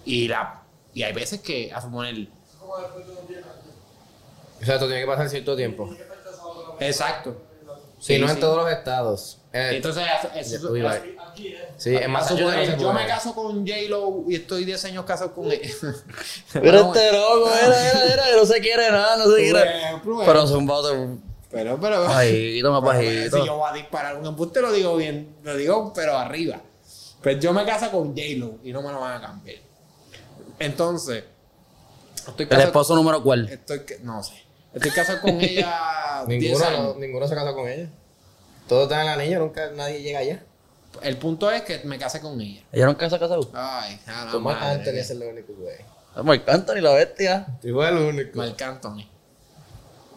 Y la y hay veces que, a suponer,
O sea, esto tiene que pasar cierto tiempo.
Exacto.
Sí,
Sí,
no en
sí.
todos los estados. Eh,
Entonces, eso, eso-
Uy,
eso-
like. sí, en
a
Massachusetts no
suponer,
se
yo
puede.
me caso con J-Lo y estoy 10 años casado
[laughs]
con él.
Pero este loco, era, era, era, que no se quiere nada, no se quiere.
Bueno, bueno.
Pero son vatos
Pero, pero.
bajito, más
Pues, Si yo
bajito.
voy a disparar un embuste, lo digo bien, lo digo, pero arriba. Pues yo me caso con J-Lo y no me lo van a cambiar. Entonces, estoy
El
casado.
esposo número cuál.
Estoy, ca- no sé. Estoy casado con
[laughs]
ella 10
Ninguno,
años.
no- ninguno se casó con ella. Todos están en la niña, nunca nadie llega allá.
El punto es que me casé con ella.
¿Ella nunca se ha casado?
Ay, a la
Tomás
madre.
Anthony es el único, güey.
Ah, Marc Anthony, la bestia.
Tú eres el único.
Marc Anthony.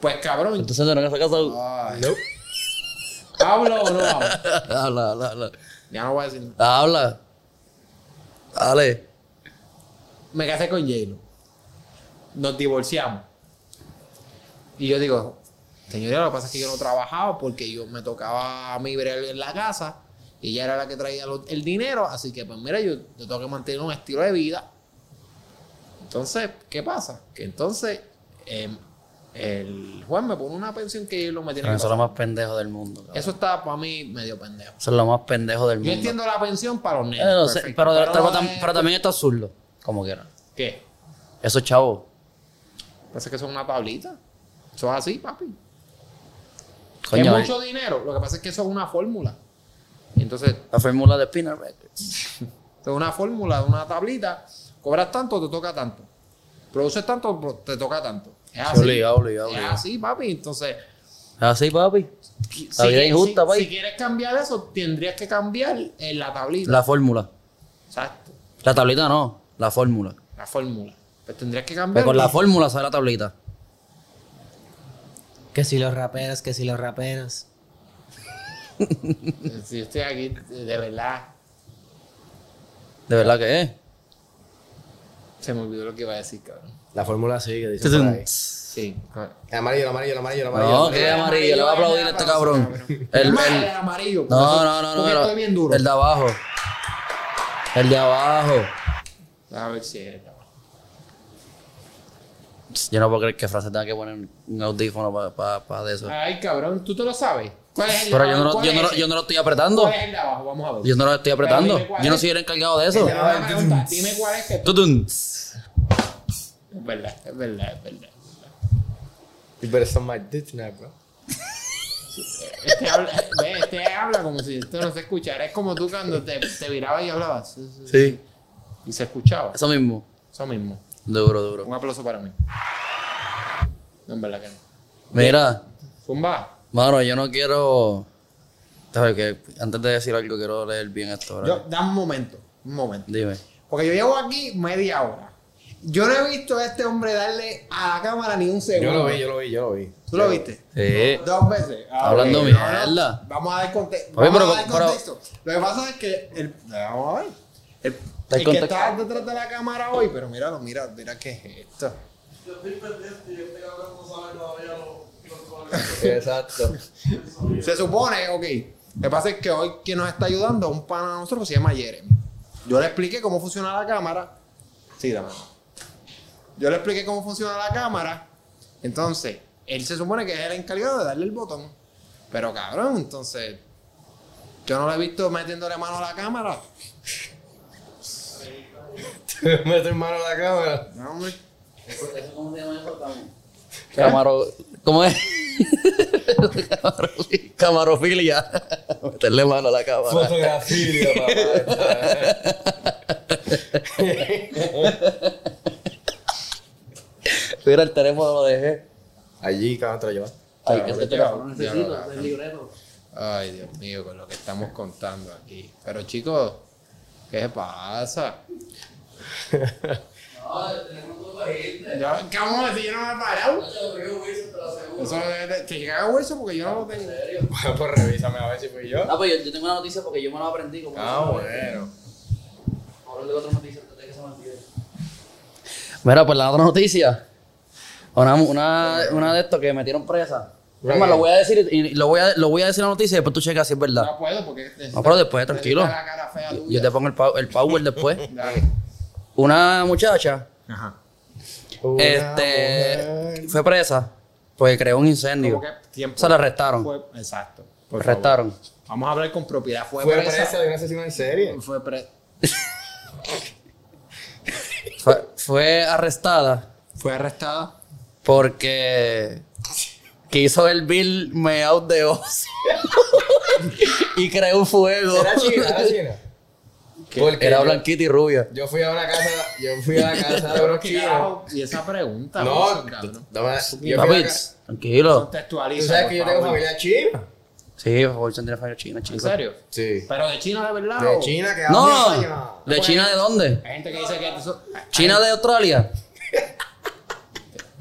Pues cabrón.
Entonces nunca se ha casado.
Ay.
Nope.
¿Hablo o no hablo?
[laughs] Habla, habla, habla.
Ya no voy a decir.
Habla. Dale.
Me casé con J-Lo. Nos divorciamos. Y yo digo, señora, lo que pasa es que yo no trabajaba porque yo me tocaba a mí ver en la casa y ella era la que traía lo- el dinero. Así que, pues mira, yo, yo tengo que mantener un estilo de vida. Entonces, ¿qué pasa? Que entonces em, el juez me pone una pensión que lo me tiene que
Eso es lo
pagar.
más pendejo del mundo. cabrón.
Eso está para mí medio pendejo.
Eso es lo más pendejo del
Yo
mundo.
entiendo la pensión para los nenes.
Eh, no sé,
perfecto,
Pero de- pero
eh,
tam- pero también está zurdo. Como quiera.
¿Qué?
Eso, chavo.
Parece que son una tablita. Eso es así, papi. es
Coño.
mucho dinero. Lo que pasa es que eso es una fórmula. Y Entonces,
eh, La fórmula de Spinner Records.
es una fórmula, una tablita. Cobras tanto, te toca tanto. Produces tanto, pro- te toca tanto. Es así.
Obligado, obligado,
es
obligado.
así, papi. Entonces,
Así, Ah, papi.
si,
La vida es injusta, pues. papi.
si- si quieres cambiar eso, tendrías que cambiar en la tablita.
La fórmula.
Exacto.
La tablita no, la fórmula.
La fórmula. Pues tendrías que cambiar.
Pero con la fórmula sale la tablita.
Que si los raperos, que si los raperos.
Si yo estoy aquí, de verdad,
De verdad que es.
se me olvidó lo que iba a decir, cabrón.
La fórmula sigue, dice por ahí.
Sí, claro.
El amarillo, el amarillo, el amarillo, el amarillo. [laughs]
No, que es amarillo, le va a aplaudir a este cabrón. El,
El,
el-
amarillo.
no, no, no, no.
Porque estoy bien
El,
duro.
el de abajo. El de abajo.
A ver si es.
Yo no puedo creer que frase tenga que poner un audífono para de eso.
Ay, cabrón, ¿tú te lo sabes? ¿Cuál es el
Pero
de
yo no, lo-
abajo? ¿Cuál
yo, no,
es
lo-
ese?
yo no lo estoy apretando.
¿Cuál es el de abajo? Vamos a ver.
Yo no lo estoy apretando.
dime cuál
Yo no
es.
soy el encargado de eso.
Te hago una pregunta, Dime cuál es que.
Tutun.
Es verdad, es verdad, es verdad.
You better suck my dick tonight, bro.
Este habla, ve, este habla como si esto no se escuchara. Es como tú cuando te, te virabas y hablabas.
Sí.
Y se escuchaba.
Eso mismo.
Eso mismo.
Duro, duro.
Un aplauso para mí. No, en verdad que no.
Mira,
Zumba.
mano, yo no quiero. ¿Sabes qué? Antes de decir algo, quiero leer bien esto. ¿verdad?
Yo, dame un momento. Un momento.
Dime.
Porque yo llevo aquí media hora. Yo no he visto a este hombre darle a la cámara ni un segundo.
Yo lo vi, yo lo vi, yo lo vi.
¿Tú lo viste?
Sí.
Dos veces. Ah,
Hablando
ok.
mierda.
Vamos a dar, conte-
Oye,
vamos
pero-
a dar
pero-
contexto. Lo que pasa es que. El, vamos a ver. El,
Dar
el que
contexto.
está detrás de la cámara hoy, pero míralo, mira, mira qué es esto.
Exacto.
Se supone, ok. Lo que pasa es que hoy quien nos está ayudando, un pana a nosotros, se llama Jeremy. Yo le expliqué cómo funciona la cámara. Sí, dame. Yo le expliqué cómo funciona la cámara. Entonces, él se supone que es el encargado de darle el botón. Pero cabrón, entonces. Yo no lo he visto metiéndole mano a la cámara.
Te meto en mano a la cámara.
No, hombre.
Camaro. ¿Cómo es? [laughs] Camarofilia. Meterle mano a la cámara.
[laughs] Fotografía, papá.
Mira, el teléfono lo dejé.
Allí, cabrón, te lo llevaste.
Ay, este teléfono
Ya
necesito.
lo agarran. Ay, Dios mío, con lo que estamos contando aquí. Pero chicos, ¿qué pasa? Yo- ¿Cómo? Si yo no me he parado. Eso es de- que haga hueso porque yo no lo tengo. [laughs]
Bueno, pues revísame a ver si fui yo.
Ah, pues yo, yo tengo una noticia porque yo me la aprendí. como
Ah,
no sé.
bueno.
Ahora tengo otra noticia antes de que se me olvide. Mira, pues la otra noticia. Una, una, una de estos que metieron presa. Es más, lo voy a decir y y lo voy a, lo voy a decir en la noticia y después tú checas si es verdad.
No puedo porque. necesito-
No, pero después, tranquilo.
necesito La cara fea
Yo
tuya.
te pongo el, pow- el power después.
[laughs] Dale.
Una muchacha
Ajá.
Una
este,
mujer.
fue presa porque creó un
Como
incendio.
que tiempo.
Se la arrestaron.
Fue- exacto. por favor.
Arrestaron.
Vamos a hablar con propiedad. Fue,
Fue
presa.
presa de un asesino en serie.
Fue pre-
Fue, fue arrestada
Fue arrestada.
porque quiso el Bill Meow de Oz [laughs] y creó un fuego.
Era china, era
[laughs]
china. Porque
Era
yo-
blanquita y rubia.
Yo fui a una casa, yo fui a la casa de
Pero
unos
qué
chinos.
carajo, Y esa pregunta.
eh. No,
Wilson, cabrón.
dame- yo fui a
Papi,
la casa-
tranquilo.
Tú
Contextualiza.
sabes
por
que yo tengo
favor.
familia china.
Sí, Wilson tiene familia china,
¿En
chicos.
serio?
Sí.
Pero de China de verdad.
De
o-
China que
No, ¿de China de dónde?
Hay gente que dice que eso-
China de Australia.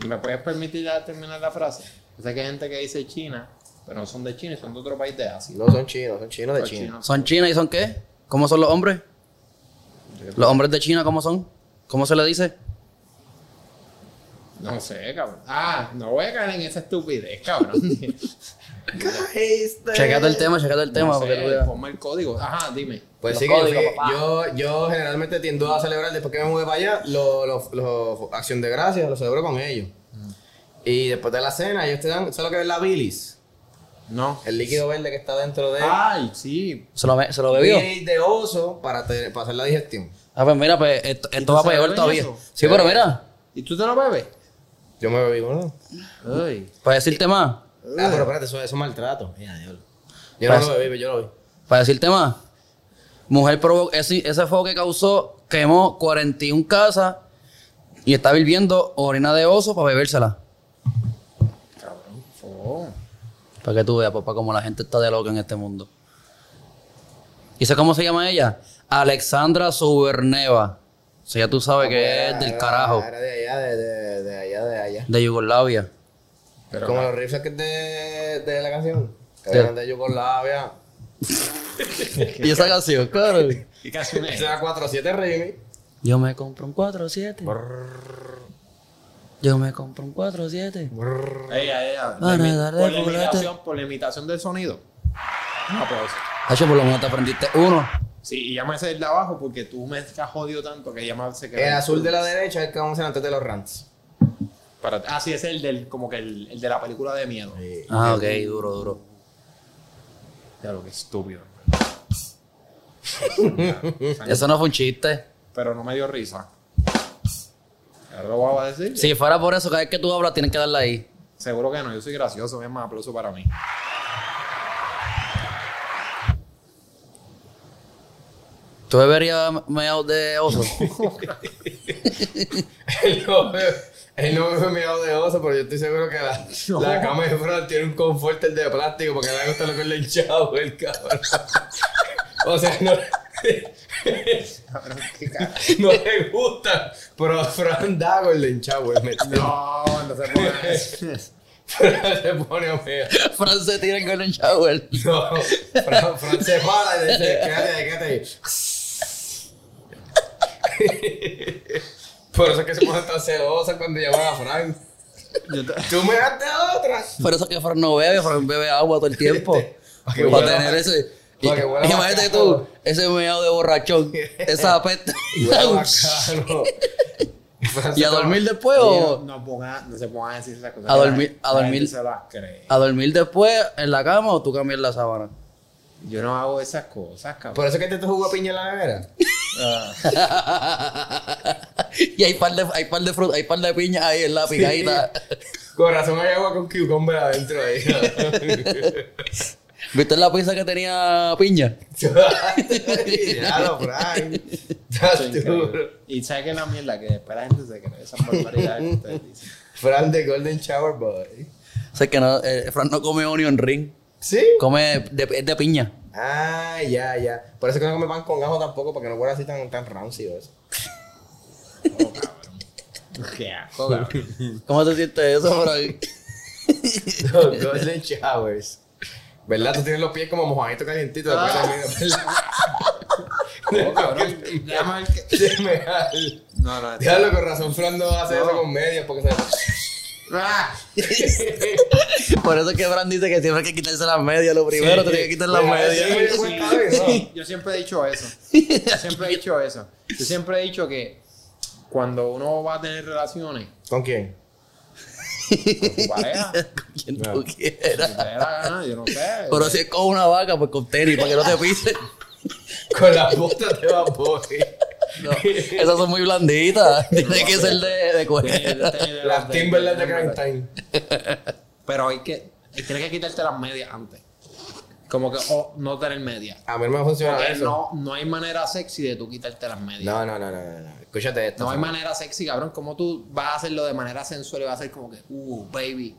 ¿Me puedes permitir ya terminar la frase? Yo sé que hay gente que dice China, pero no son de China, son de otro país de Asia.
No son chinos, son chinos de
Los
China.
chinos.
¿Son China y son qué? ¿Cómo son los hombres? ¿Los hombres de China cómo son? ¿Cómo se le dice?
No sé, cabrón. Ah, no voy a caer en esa estupidez,
[laughs]
cabrón.
Checate el tema, checate el tema.
no
porque tú
sé,
veas.
ponme el código. Ajá, dime.
Pues
Los
sí, que yo,
códigos,
fui- yo, yo generalmente tiendo a celebrar después que me mudé para allá, lo, lo- lo- acción de gracias, lo celebro con ellos. Y después de la cena, ellos te dan, ¿sabes lo que es la bilis?
No.
El líquido verde que está dentro de
Ay, sí.
¿Se lo, be- se Ah, lo bebió?
bilis de oso para, te- para hacer la digestión.
Ah, pues mira, pues esto, esto va
se
peor
beben
todavía.
eso?
Sí, pero mira,
¿Y tú te lo bebes?
Yo me bebí uno.
Ay.
para decirte más,
Ah, pero espérate, eso, eso es maltrato. Mira, diablo. Yo
Pues-
no lo bebí, pero yo lo vi.
para decirte más, mujer provo- ese, ese fuego que causó quemó 41 casas y está viviendo orina de oso para bebérsela.
Cabrón. Oh.
Para que tú veas, papá, como la gente está de loca en este mundo. ¿Y sé cómo se llama ella? Alexandra Suberneva. O sea, ya tú sabes que es del
Era-
carajo,
Era de allá, de, de, de allá, de allá.
de Yugoslavia.
Pero
Como los rifles que es de, de la canción. Que
Sí.
eran de Yugoslavia.
¿Y esa canción? Claro.
¿Qué canción
Ese era 4-7 remix.
Yo me compro un 4-7. Yo me compro un 4-7.
Ella, ella.
Dale,
Lemi-
dale,
por, la
culete.
imitación, por la imitación del sonido. Un aplauso.
Hacho, por lo menos te aprendiste uno.
Sí, y llámese el de abajo porque tú me has jodido tanto que llámese que.
El azul de la derecha es el que vamos a hacer antes de los rants.
Para- ah, sí, ese es el, del, como que el, el de la película de miedo.
[laughs]
Ah, ok, duro, duro.
Ya lo que estúpido.
Eso no fue un chiste.
Pero no me dio risa. Ahora lo voy a decir.
Si fuera por eso, cada vez que tú hablas, tienes que darle ahí.
Seguro que no, yo soy gracioso, es más aplauso para mí.
¿Tú beberías meados de oso? [laughs]
Él no me- él no me meado de oso, pero yo estoy seguro que la, la cama de Fran tiene un confort de plástico porque le gusta lo que le hinchado el cabrón. [laughs] O sea, no, [laughs] no le gusta, pero a Fran da con el hinchado, el metido.
No, no se puede.
[laughs] Fran se pone meado.
Fran se tira con un shower.
No, Fran, Fran se para y le dice, quédate ahí, quédate ahí. Por eso es que se ponen tan celosas cuando llaman a Fran. Tú me daste a otra.
Por eso que Fran no bebe, Fran bebe agua todo el tiempo.
Pa' que
Para
huela-
tener ese. y-
pa' que huela
Imagínate
bacano.
tú, ese meado de borrachón, esa peste.
Huele
[laughs]
bacano.
¿Y a dormir después
No,
o.?
no, ponga, no se pongan a decir esas cosas.
A dormir- a
La
dormir.
gente se las cree.
¿A dormir después en la cama o tú cambias la sábana?
Yo no hago esas cosas, cabrón.
Por eso es que te, te jugó piña en la nevera.
[laughs] y hay par de, hay par de fruta, hay par de piña ahí en la picadita.
Con razón hay agua con cucumber adentro ahí.
¿Viste la pizza que tenía piña?
ya lo, Fran.
Eso es
Estás
increíble.
duro.
Y sabes que es la mierda que después la gente se cree esas barbaridades que ustedes dicen.
Fran de Golden Shower Boy.
O sea, que no, eh, Fran no come onion ring,
¿Sí?
come de, es de piña.
Ah, ya, ya. Por eso que no come pan con ajo tampoco, porque no huele así tan, tan rancio eso.
Qué asco, cabrón.
¿Cómo te sientes eso, Fran?
Los Golden Showers. ¿Verdad? Tú tienes los pies como mojaditos calientitos.
Ah.
Después
No, [laughs] cabrón. Llama al que-
de mear.
No, no. este-
Diablo, con razón Fran no hace eso con medias, porque se... Pues,
¡Ah!
Por eso es que Fran dice que siempre hay que quitarse las medias. Lo primero te tiene que quitar las
Pues, a ver,
medias.
sí, pues, está bien, ¿no?
Yo siempre he dicho eso. Yo siempre he dicho eso. Yo siempre he dicho que cuando uno va a tener relaciones
¿Con quién?
con
[laughs]
tu pareja,
Quien tú quieras.
si te da la gana, yo no sé.
Pero si es con una vaca, pues con tenis, para que no te pise.
Con las botas de vapor.
No, esas son muy blanditas. [laughs] Tiene que ser de, de
Tiene-
cuero.
tiene-
Las Timberland de Cranstein.
Pero hay que. Tienes que quitarte las medias antes. Como que, o no tener medias.
A mí no me
Ah,
funciona
Porque
eso.
no, no hay manera sexy de tú quitarte las medias.
No, no, no, no, no, no. Escúchate esto.
No, hay
Fran.
manera sexy, cabrón. ¿Cómo tú vas a hacerlo de manera sensual y vas a hacer como que, uh, baby?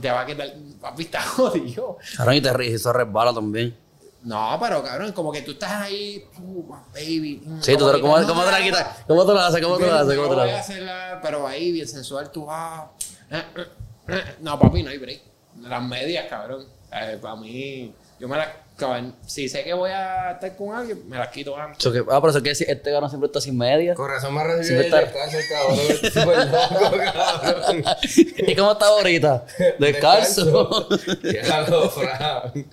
Te va a quitar. Papi, está [laughs] jodido.
Ahora ni te ríes, eso resbala también.
No, pero cabrón, como que tú estás ahí, uh, baby. mm,
Sí, tú,
que
pero ¿cómo,
no,
cómo te la
no,
quitas? ¿Cómo te la haces? ¿Cómo te la haces?
no
¿Cómo te la
voy a
haces?
hacerla, pero ahí, bien sensual, tú vas. eh, eh, eh. No, papi, no hay break. Las medias, cabrón. para mí, yo me las. cabrón, si sé que voy a estar con alguien, me las quito [laughs] antes.
Eso que- Ah, pero eso quiere decir, este gano siempre está sin medias.
Con razón me recibió
Siempre
el
está-
descanso, cabrón. [laughs] Este Súper loco, cabrón.
[laughs] ¿Y cómo estás
[laughs]
ahorita? [laughs] Descalzo.
Diablo, Fran.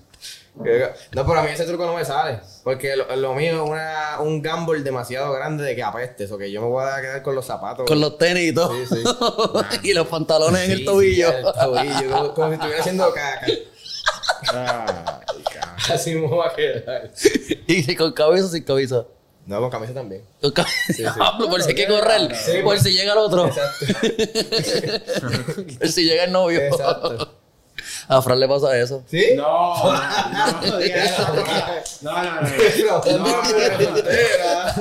No, pero a mí ese truco no me sale. Porque lo, lo mío es una, un gamble demasiado grande de que apeste. O que yo me voy a quedar con los zapatos.
Con los tenis y todo.
Sí, sí.
[laughs] y los pantalones en
Sí,
el tobillo.
sí, el tobillo, como, como si estuviera haciendo caca. Así me voy a quedar.
[laughs] y si con cabeza o sin cabeza.
No, con camisa también.
Con cabeza. [laughs] Diablo, por si hay que correr.
Sí,
por
pues.
si llega el otro.
Exacto.
[laughs] Por si llega el novio.
Exacto.
[laughs] A Fran le pasa eso.
¿Sí? [laughs]
No, no, no, diga eso, no, no, no, no.
Pero-
No, no, no, no.
Era.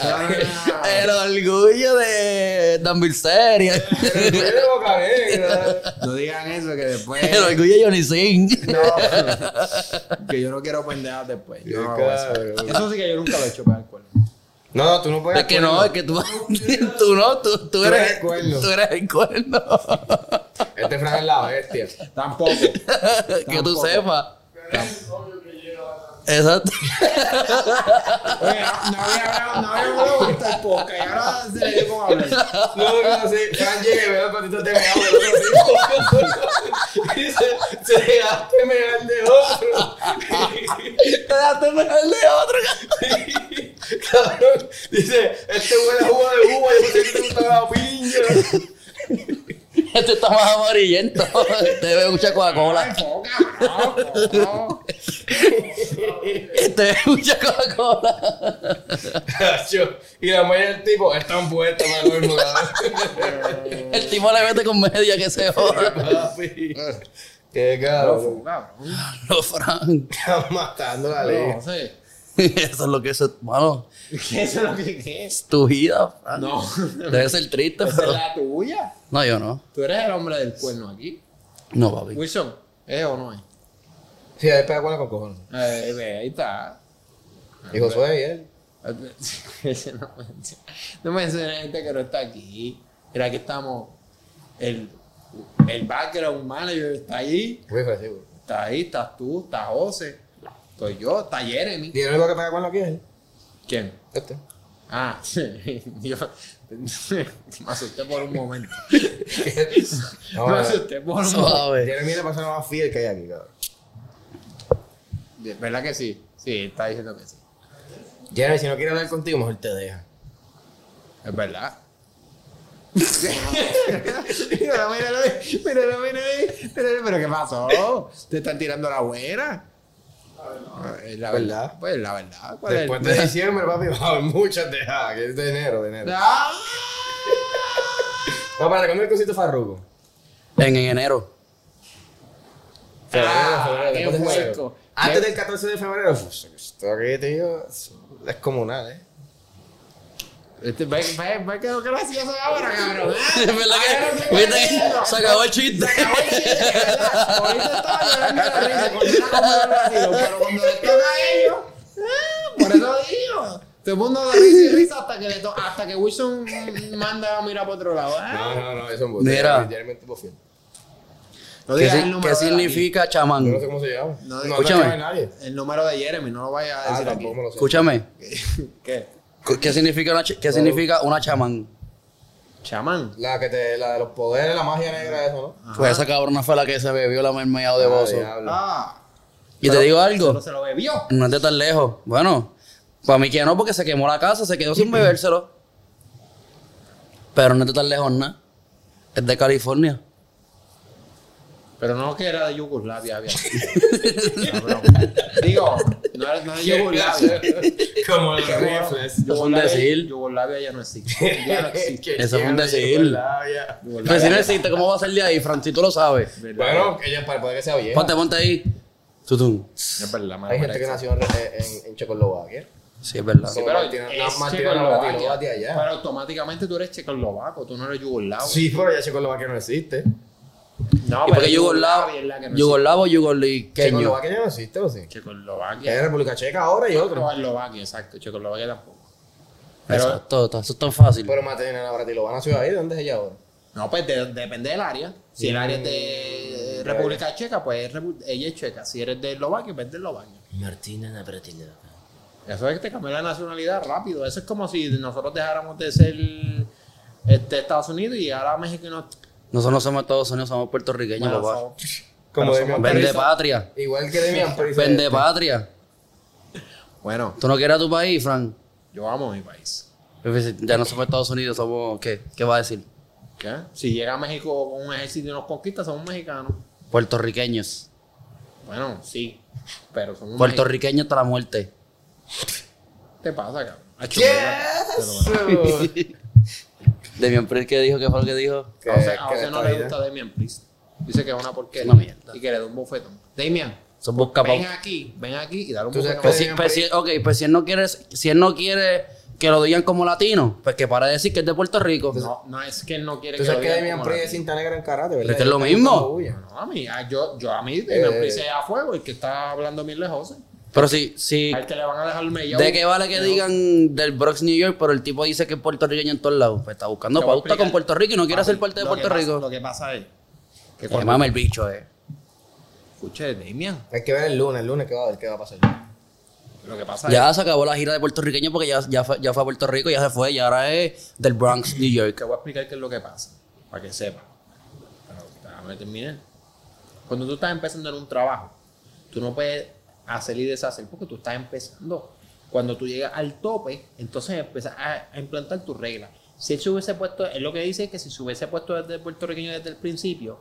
Ah.
El orgullo de Dan Bilzerian.
Pero fue de boca negra.
No digan eso que después.
El orgullo de Johnny Singh.
No, que yo no quiero pendejas después. Yo no hago eso.
Cabrón.
Eso sí que yo nunca lo he hecho para el cuerno.
No, no, tú no puedes.
Es que no, es que tú, tú no, tú, tú
eres
eres,
el cuerno.
tú eres el cuerno.
Este Fran es la bestia.
Tampoco.
que tú sepas. Exacto.
Oye, no, no había hablado, no había hablado hasta el podcast y ahora se le dio con hablar.
No, no, sí. Fran llega y ve los patitos de meado del [laughs] otro tipo. Y se, se dejaste mear de otro.
Te dejaste mejor de otro, cabrón.
Cabrón, dice, este huele a jugo de uva, yo pensé que te gustaba la piña. [laughs]
Este está más amarillento. Te bebe mucha Coca-Cola.
Ah,
Este bebe mucha Coca-Cola.
Cacho, y la mayoría del tipo están puestas para el mismo,
[laughs]
cabrón. [laughs]
El tipo le mete con media que se joda.
Papi. Qué cabrón.
cabrón.
No, Frank.
Están matando la ley.
No sé.
Eso es lo que es, hermano.
¿Qué es lo que qué es?
Es tu vida, Frank.
No.
Debe ser triste,
Esa es
pero.
la tuya.
No, yo no.
Tú eres el hombre del cuerno aquí.
No, papi.
Wilson, ¿es o no es?
Sí, ahí pega con cojones.
Eh, ve, ahí está.
Y Josué y él.
Ese [laughs] no menciones no menciones gente que no está aquí. Mira, aquí estamos. El, el background manager está ahí.
Muy fácil.
Está ahí, estás tú, está José. Estoy yo, está Jeremy.
Y el único que pega con aquí es él.
¿Quién? [laughs]
Este.
Ah, yo [laughs] me asusté por un momento.
No,
me
no,
asusté por un momento.
Suave.
Jeremy es la persona más fiel que hay aquí, cabrón.
De- ¿Verdad que sí? Sí, está diciendo que sí.
Jeremy, si no quiere hablar contigo, mejor te deja.
Es [laughs] verdad. míralo, míralo, ahí, míralo, míralo, ahí, míralo, pero ¿qué pasó? Te están tirando la buena. Es la verdad.
¿Verdad?
Pues la verdad. ¿Cuál es?
Después de diciembre, papi, va a haber muchas dejadas. Que es de enero, de enero.
¡Ah!
No, para comer el cosito farruco.
En, en enero. [laughs]
Ah, qué
después de febrero.
hueco.
Antes del 14 de febrero, pues, esto aquí, tío, es descomunal, ¿eh?
Este, ve, ve, ve que lo gracioso ahora, cabrón.
Es verdad que. Viste que se acabó el chiste. [laughs]
Eh, Ahorita estaba llorando la risa, porque era como algo así, pero cuando le toca a ellos, ah, por eso digo. Todo el mundo da risa y risa hasta que, le to- hasta que Wilson mm, manda a mirar para otro lado.
No,
ah.
no, no, eso es un
Mira.
Jeremy es un tipo fiel.
No
¿Qué,
digas
si-
el
qué
número de
significa
Yo no
chamán?
sé cómo se llama.
No,
No, no
escúchame.
sabe nadie.
aquí. El número de Jeremy, no lo vayas a
Ah,
decir
tampoco me lo sé.
Escúchame.
aquí. ¿Qué?
¿Qué- ¿Qué significa una, ch- qué significa una chamán?
Chamán.
La que te, la de los poderes, la magia negra, eso, ¿no? Ah,
Pues esa cabrona fue la que se bebió la mermelada de bozo.
diablo.
Ah,
Y te digo
pero
algo,
se lo bebió.
no es de tan lejos. Bueno, para mí que no, porque se quemó la casa, se quedó sin bebérselo. Pero no es de tan lejos, nada. Es de California.
Pero no que era de
[laughs]
Yugoslavia, había. Cabrón. Digo, no era no era de Yugoslavia.
Como los rifles.
Eso es un decir.
Yugoslavia ya no existe. Ya
[laughs]
no existe.
Eso fue un decir.
Yugoslavia.
Pero Pues si no existe, ¿cómo va a ser de ahí? Francis, tú lo sabes.
Bueno, ella para poder que sea vieja.
Ponte, ponte ahí. Tutum.
Es verdad, mano,
Hay gente que
parece.
nació en, en, en Checoslovaquia.
Sí, es verdad.
Sí.
Pero
Martina-
es
no, Martina
Checoslovaquia.
no, Martina allá.
Pero automáticamente tú eres checoslovaco, tú no eres yugoslavo.
Sí, pero ya Checoslovaquia no existe.
No,
Y
pero
porque yugoslavo,
Ah, es la que no existe.
yugoslavo, yugoliqueño.
Checoslovaquia ya no existe, ¿o sí?
Checoslovaquia.
Es República Checa ahora y otro.
Checoslovaquia, exacto. Checoslovaquia tampoco. Pero,
Exacto, está- eso es tan fácil.
Pero Martina Navratilova nació ahí. ¿Dónde es ella ahora?
no, pues de- depende del área. Si el área es de República Checa, pues es repu- ella es checa. Si eres de Eslovaquia, pues es de Eslovaquia.
Martina Navratilova.
Eso es que te cambió la nacionalidad rápido. Eso es como si nosotros dejáramos de ser este, Estados Unidos y ahora México y no.
Nosotros no somos Estados Unidos, somos puertorriqueños,
Bueno,
papá.
somos-
Como Demian
Vende
Price.
patria.
Igual que Demian Price.
Vende patria.
bueno,
¿Tú no quieres a tu país, Frank?
yo amo mi país.
Ya no somos Estados Unidos, somos. ¿Qué? ¿Qué va a decir?
¿Qué? Si llega a México con un ejército y nos conquista, somos mexicanos.
Puertorriqueños.
Bueno, sí, pero somos mexicanos.
Puertorriqueños hasta la muerte.
¿Qué te pasa, cabrón? Acho,
Yes.
[laughs] Demian Priest, ¿qué dijo? ¿Qué fue lo que dijo?
mira, A José, a
Que-
José
que
no
esta
le
vida.
gusta Damian Priest. Dice que es una porquería.
Una mierda.
Y que le da un bofetón. Damian,
Son busca
ven aquí, ven aquí y dale un
Tú sabes
bofetón.
pues si,
Damian
pues si- ok, pues si él no quiere, si él no quiere que lo digan como latino, pues que para de decir que es de Puerto Rico.
No, no es que él no quiere
Tú
que lo
sabes que
digan
Demian
como
Priest es
latino.
cinta negra en karate,
Pero
¿verdad?
es que es lo
Está en
mismo.
la bulla.
No, a mí, a- yo, yo a mí Damian
Eh.
Priest es a fuego, el que está hablando mil lejos.
Pero si, si,
Al que le van a dejar el mellado.
¿de qué vale que
No.
digan del Bronx, New York, pero el tipo dice que es puertorriqueño en todos lados? Pues está buscando
Te voy a
pauta con
explicar.
Puerto Rico y no quiere ser
Papi,
parte de
lo que
Puerto
pasa-
Rico.
Lo que pasa es que
Que
cuando
mame el bicho, eh.
escuche Damian,
Hay que ver el lunes, el lunes que va a ver qué va a pasar.
lo que pasa es
Ya se acabó la gira de puertorriqueño porque ya, ya, fue, ya fue a Puerto Rico, ya se fue, y ahora es del Bronx, New
que
York.
voy a explicar qué es lo que pasa, para que sepa. Pero déjame terminar. Cuando tú estás empezando en un trabajo, tú no puedes hacer y deshacer, porque tú estás empezando. Cuando tú llegas al tope, entonces empiezas a, a implantar tus reglas. Si él se hubiese puesto, es lo que dice que si se hubiese puesto desde el puertorriqueño desde el principio,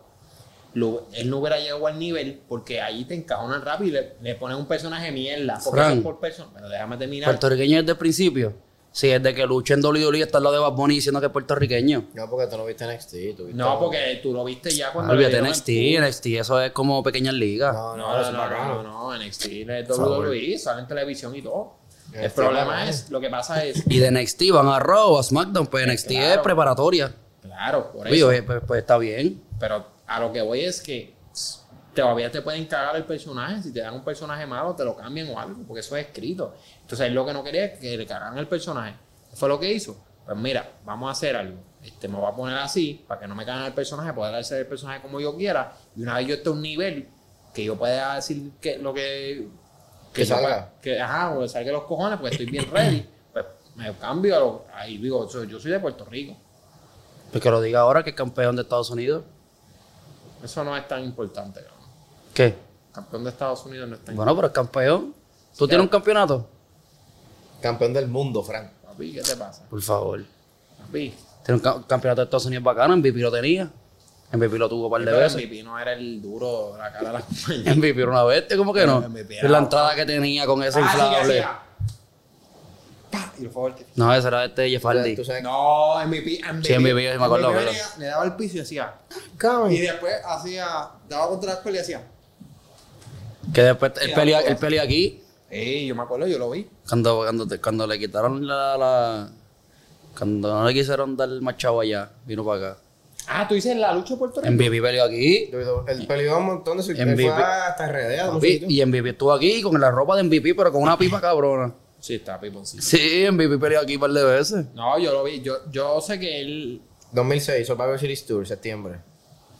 lo- él no hubiera llegado al nivel porque allí te encajonan rápido y le, le ponen un personaje mierda. Porque
Fran.
eso es por persona. Pero déjame terminar.
Puertorriqueño desde el principio. Sí, desde que luché en WWE está al lado de Bad Bunny diciendo que es puertorriqueño.
No, porque tú no viste NXT. Tú viste
No, porque tú lo viste ya cuando. le
Olvídate
dieron el
NXT,
push.
NXT, eso es como pequeñas ligas.
No, no,
No,
eso
no,
es
no,
bacano.
no, no, NXT es WWE, sale E, en televisión y todo.
Ya
El
está
problema
bacano.
es, lo que pasa es,
Y de NXT van a Raw, a SmackDown, pues NXT es
claro.
preparatoria.
claro, por
Oye,
eso.
oye, pues, pues está bien.
Pero a lo que voy es que todavía te pueden cagar el personaje. Si te dan un personaje malo, te lo cambian o algo, porque eso es escrito. Entonces él lo que no quería es que le cagaran el personaje. ¿Qué fue lo que hizo? Pues mira, vamos a hacer algo. Este, me voy a poner así para que no me caguen el personaje, poder hacer el personaje como yo quiera. Y una vez yo esté a un nivel que yo pueda decir que lo que.
Que
yo
salga.
pueda- que, ajá, o que salga los cojones porque estoy bien ready. Pues me cambio a lo. Ahí digo, yo- yo soy de Puerto Rico.
Pues que lo diga ahora que es campeón de Estados Unidos.
Eso no es tan importante, cabrón.
¿Qué?
Campeón de Estados Unidos no está
Bueno, pero es campeón. ¿Tú tienes un campeonato?
Campeón del mundo, Frank.
Papi, ¿qué te pasa?
Por favor.
Papi.
Tiene un ca- campeonato de Estados Unidos bacano, MVP lo tenía. MVP lo tuvo un par de
Pero
veces.
MVP no era el duro, la cara de la [laughs] compañía.
MVP era una bestia, ¿cómo que no?
MVP
Es la entrada que tenía con
Ah,
ese inflable.
Y lo fue a vertical.
No, esa era este Jeff Hardy.
Tú sabes
No, MVP, MVP.
Sí, MVP, yo me acuerdo,
MVP
pero-
venía, Le daba el piso y hacía.
Cabrón.
Y después hacía. Daba contra las pelas y hacía.
Que después él
Sí,
pelea,
ahora.
él pelea aquí.
Ey, yo me acuerdo, yo lo vi.
Cuando, cuando, te- cuando le quitaron la, la- Cuando no le quisieron dar el machado allá, vino para acá.
Ah, tú dices la lucha de Puerto Rico.
MVP peleó aquí.
El peleó un montón de su
MVP.
fue hasta redeado.
papi, y MVP estuvo aquí con la ropa de MVP, pero con una pipa cabrona.
Sí, está piponcito.
[laughs] Sí, MVP peleó aquí un par de veces.
No, yo lo vi. Yo, yo sé que él.
2006, Survivor Series Tour, septiembre.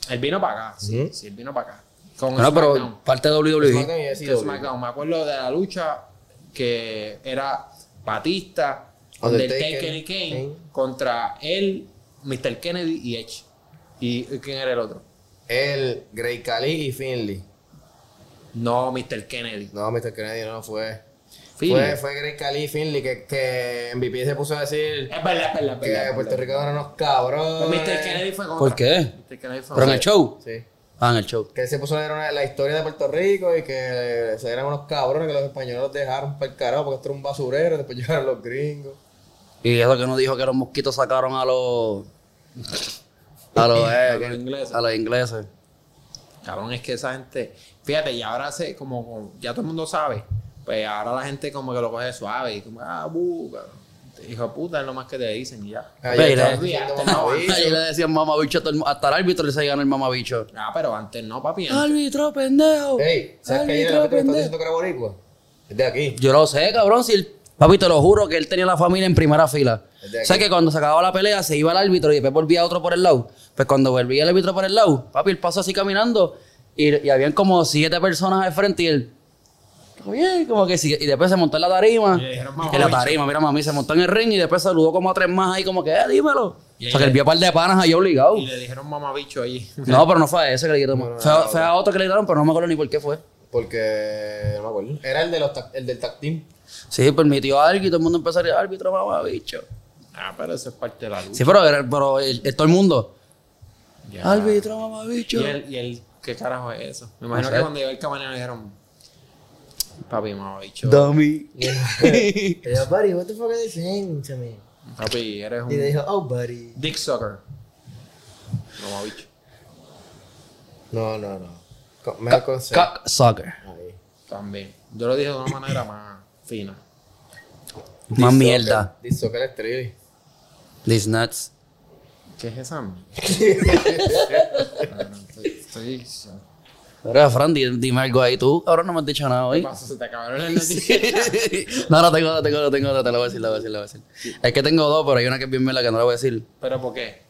Él vino para acá. Sí,
Ujú.
sí, él vino para acá. Con
Bueno,
SmackDown.
pero parte de E, WWE.
SmackDown y
Sí,
SCW.
de SmackDown. Me acuerdo de la lucha que era Batista,
Undertaker,
Undertaker y Kane
Kane.
contra él, Mr. Kennedy y Edge. ¿Y y quién era el otro?
Él, Grey Cali y Finley.
No, Mr. Kennedy.
No, Mr. Kennedy no fue.
Finley.
Fue, fue Grey Cali y Finley que, que MVP se puso a decir
Es verdad, es verdad, es
que
verdad. es
Puerto
verdad.
Rico eran unos cabrones.
Pues Mr. Kennedy fue contra.
¿Por qué?
Mr. Kennedy fue
Pero en el show.
Sí.
Ah, en el show.
Que él se puso a leer una- la historia de Puerto Rico y que eh, se eran unos cabrones que los españoles los dejaron para el carajo porque esto era un basurero, después [laughs] llegaron los gringos.
Y eso que nos dijo que los mosquitos sacaron a los. [laughs] A los, eh,
A los ingleses.
A los ingleses.
Cabrón, es que esa gente, fíjate, y ahora se, como, como- ya todo el mundo sabe, pues ahora la gente como que lo coge suave y como, ah, bu, cabrón. hijo de puta, es lo más que te dicen y ya.
Ahí
Mira,
estaban
eh.
diciendo,
Fíjate,
"Mamá,
no,
bicho".
Ahí le decían mamabicho a todo el mu- hasta el árbitro le ganó el mamabicho.
Ah, pero antes no, papi. antes-
Árbitro, pendejo.
Ey, ¿sabes que ayer el árbitro me está diciendo que era boricua? Es de aquí.
Yo lo sé, cabrón. Si el, papi, te lo juro que él tenía la familia en primera fila.
Es de aquí.
O sea que cuando se acababa la pelea, se iba el árbitro y después volvía otro por el lado. Pues cuando volvía el árbitro por el lado, papi, él pasó así caminando y, y habían como siete personas al frente y él. Oye, como que sí. Y después se montó en la tarima.
Y le dijeron, "Mamá,
En la
bicho".
tarima, mira, mami, se montó en el ring y después saludó como a tres más ahí, como que, eh, dímelo. o sea que él vio un par de panas ahí obligado.
Y le dijeron mamabicho ahí. [laughs]
No, pero no fue a ese que le quitaron.
no,
fue,
no,
a- fue a otro que le quitaron, pero no me acuerdo ni por qué fue.
Porque no me acuerdo. Era el, de los tac- el del tag team.
Sí, permitió algo y todo el mundo empezó a decir, árbitro, mamá, bicho.
Ah, pero eso es parte de la lucha.
Sí, pero, era- pero el- el- todo el mundo.
Ya.
Árbitro, mamá, bicho.
¿Y el, y el- qué carajo es eso? Me imagino
No sé.
que cuando llegó el camarero le dijeron, papi, mamabicho.
Dummy.
Hey, yo, buddy, what the fuck are they saying to me?
Papi, eres
Y le
un
dijo, oh, buddy.
dick sucker. Mamabicho.
No, no, no. Co- Mejor consejo.
Cock sucker.
Ahí.
También. Yo lo dije de una manera más fina.
Más mierda.
Dice que era Strilly.
These nuts.
¿Qué es esa? mierda? Cabrón, estoy- estoy-
Pero, Fran, di- dime algo ahí tú. Ahora no me has dicho nada
[laughs]
¿Qué
hoy.
pasó? Se te acabaron las noticias.
no, no tengo, no tengo, no tengo, no te lo voy a decir, la voy a decir, la voy a decir. Es que tengo dos, pero hay una que es bien mela que no la voy a decir.
¿Pero por qué?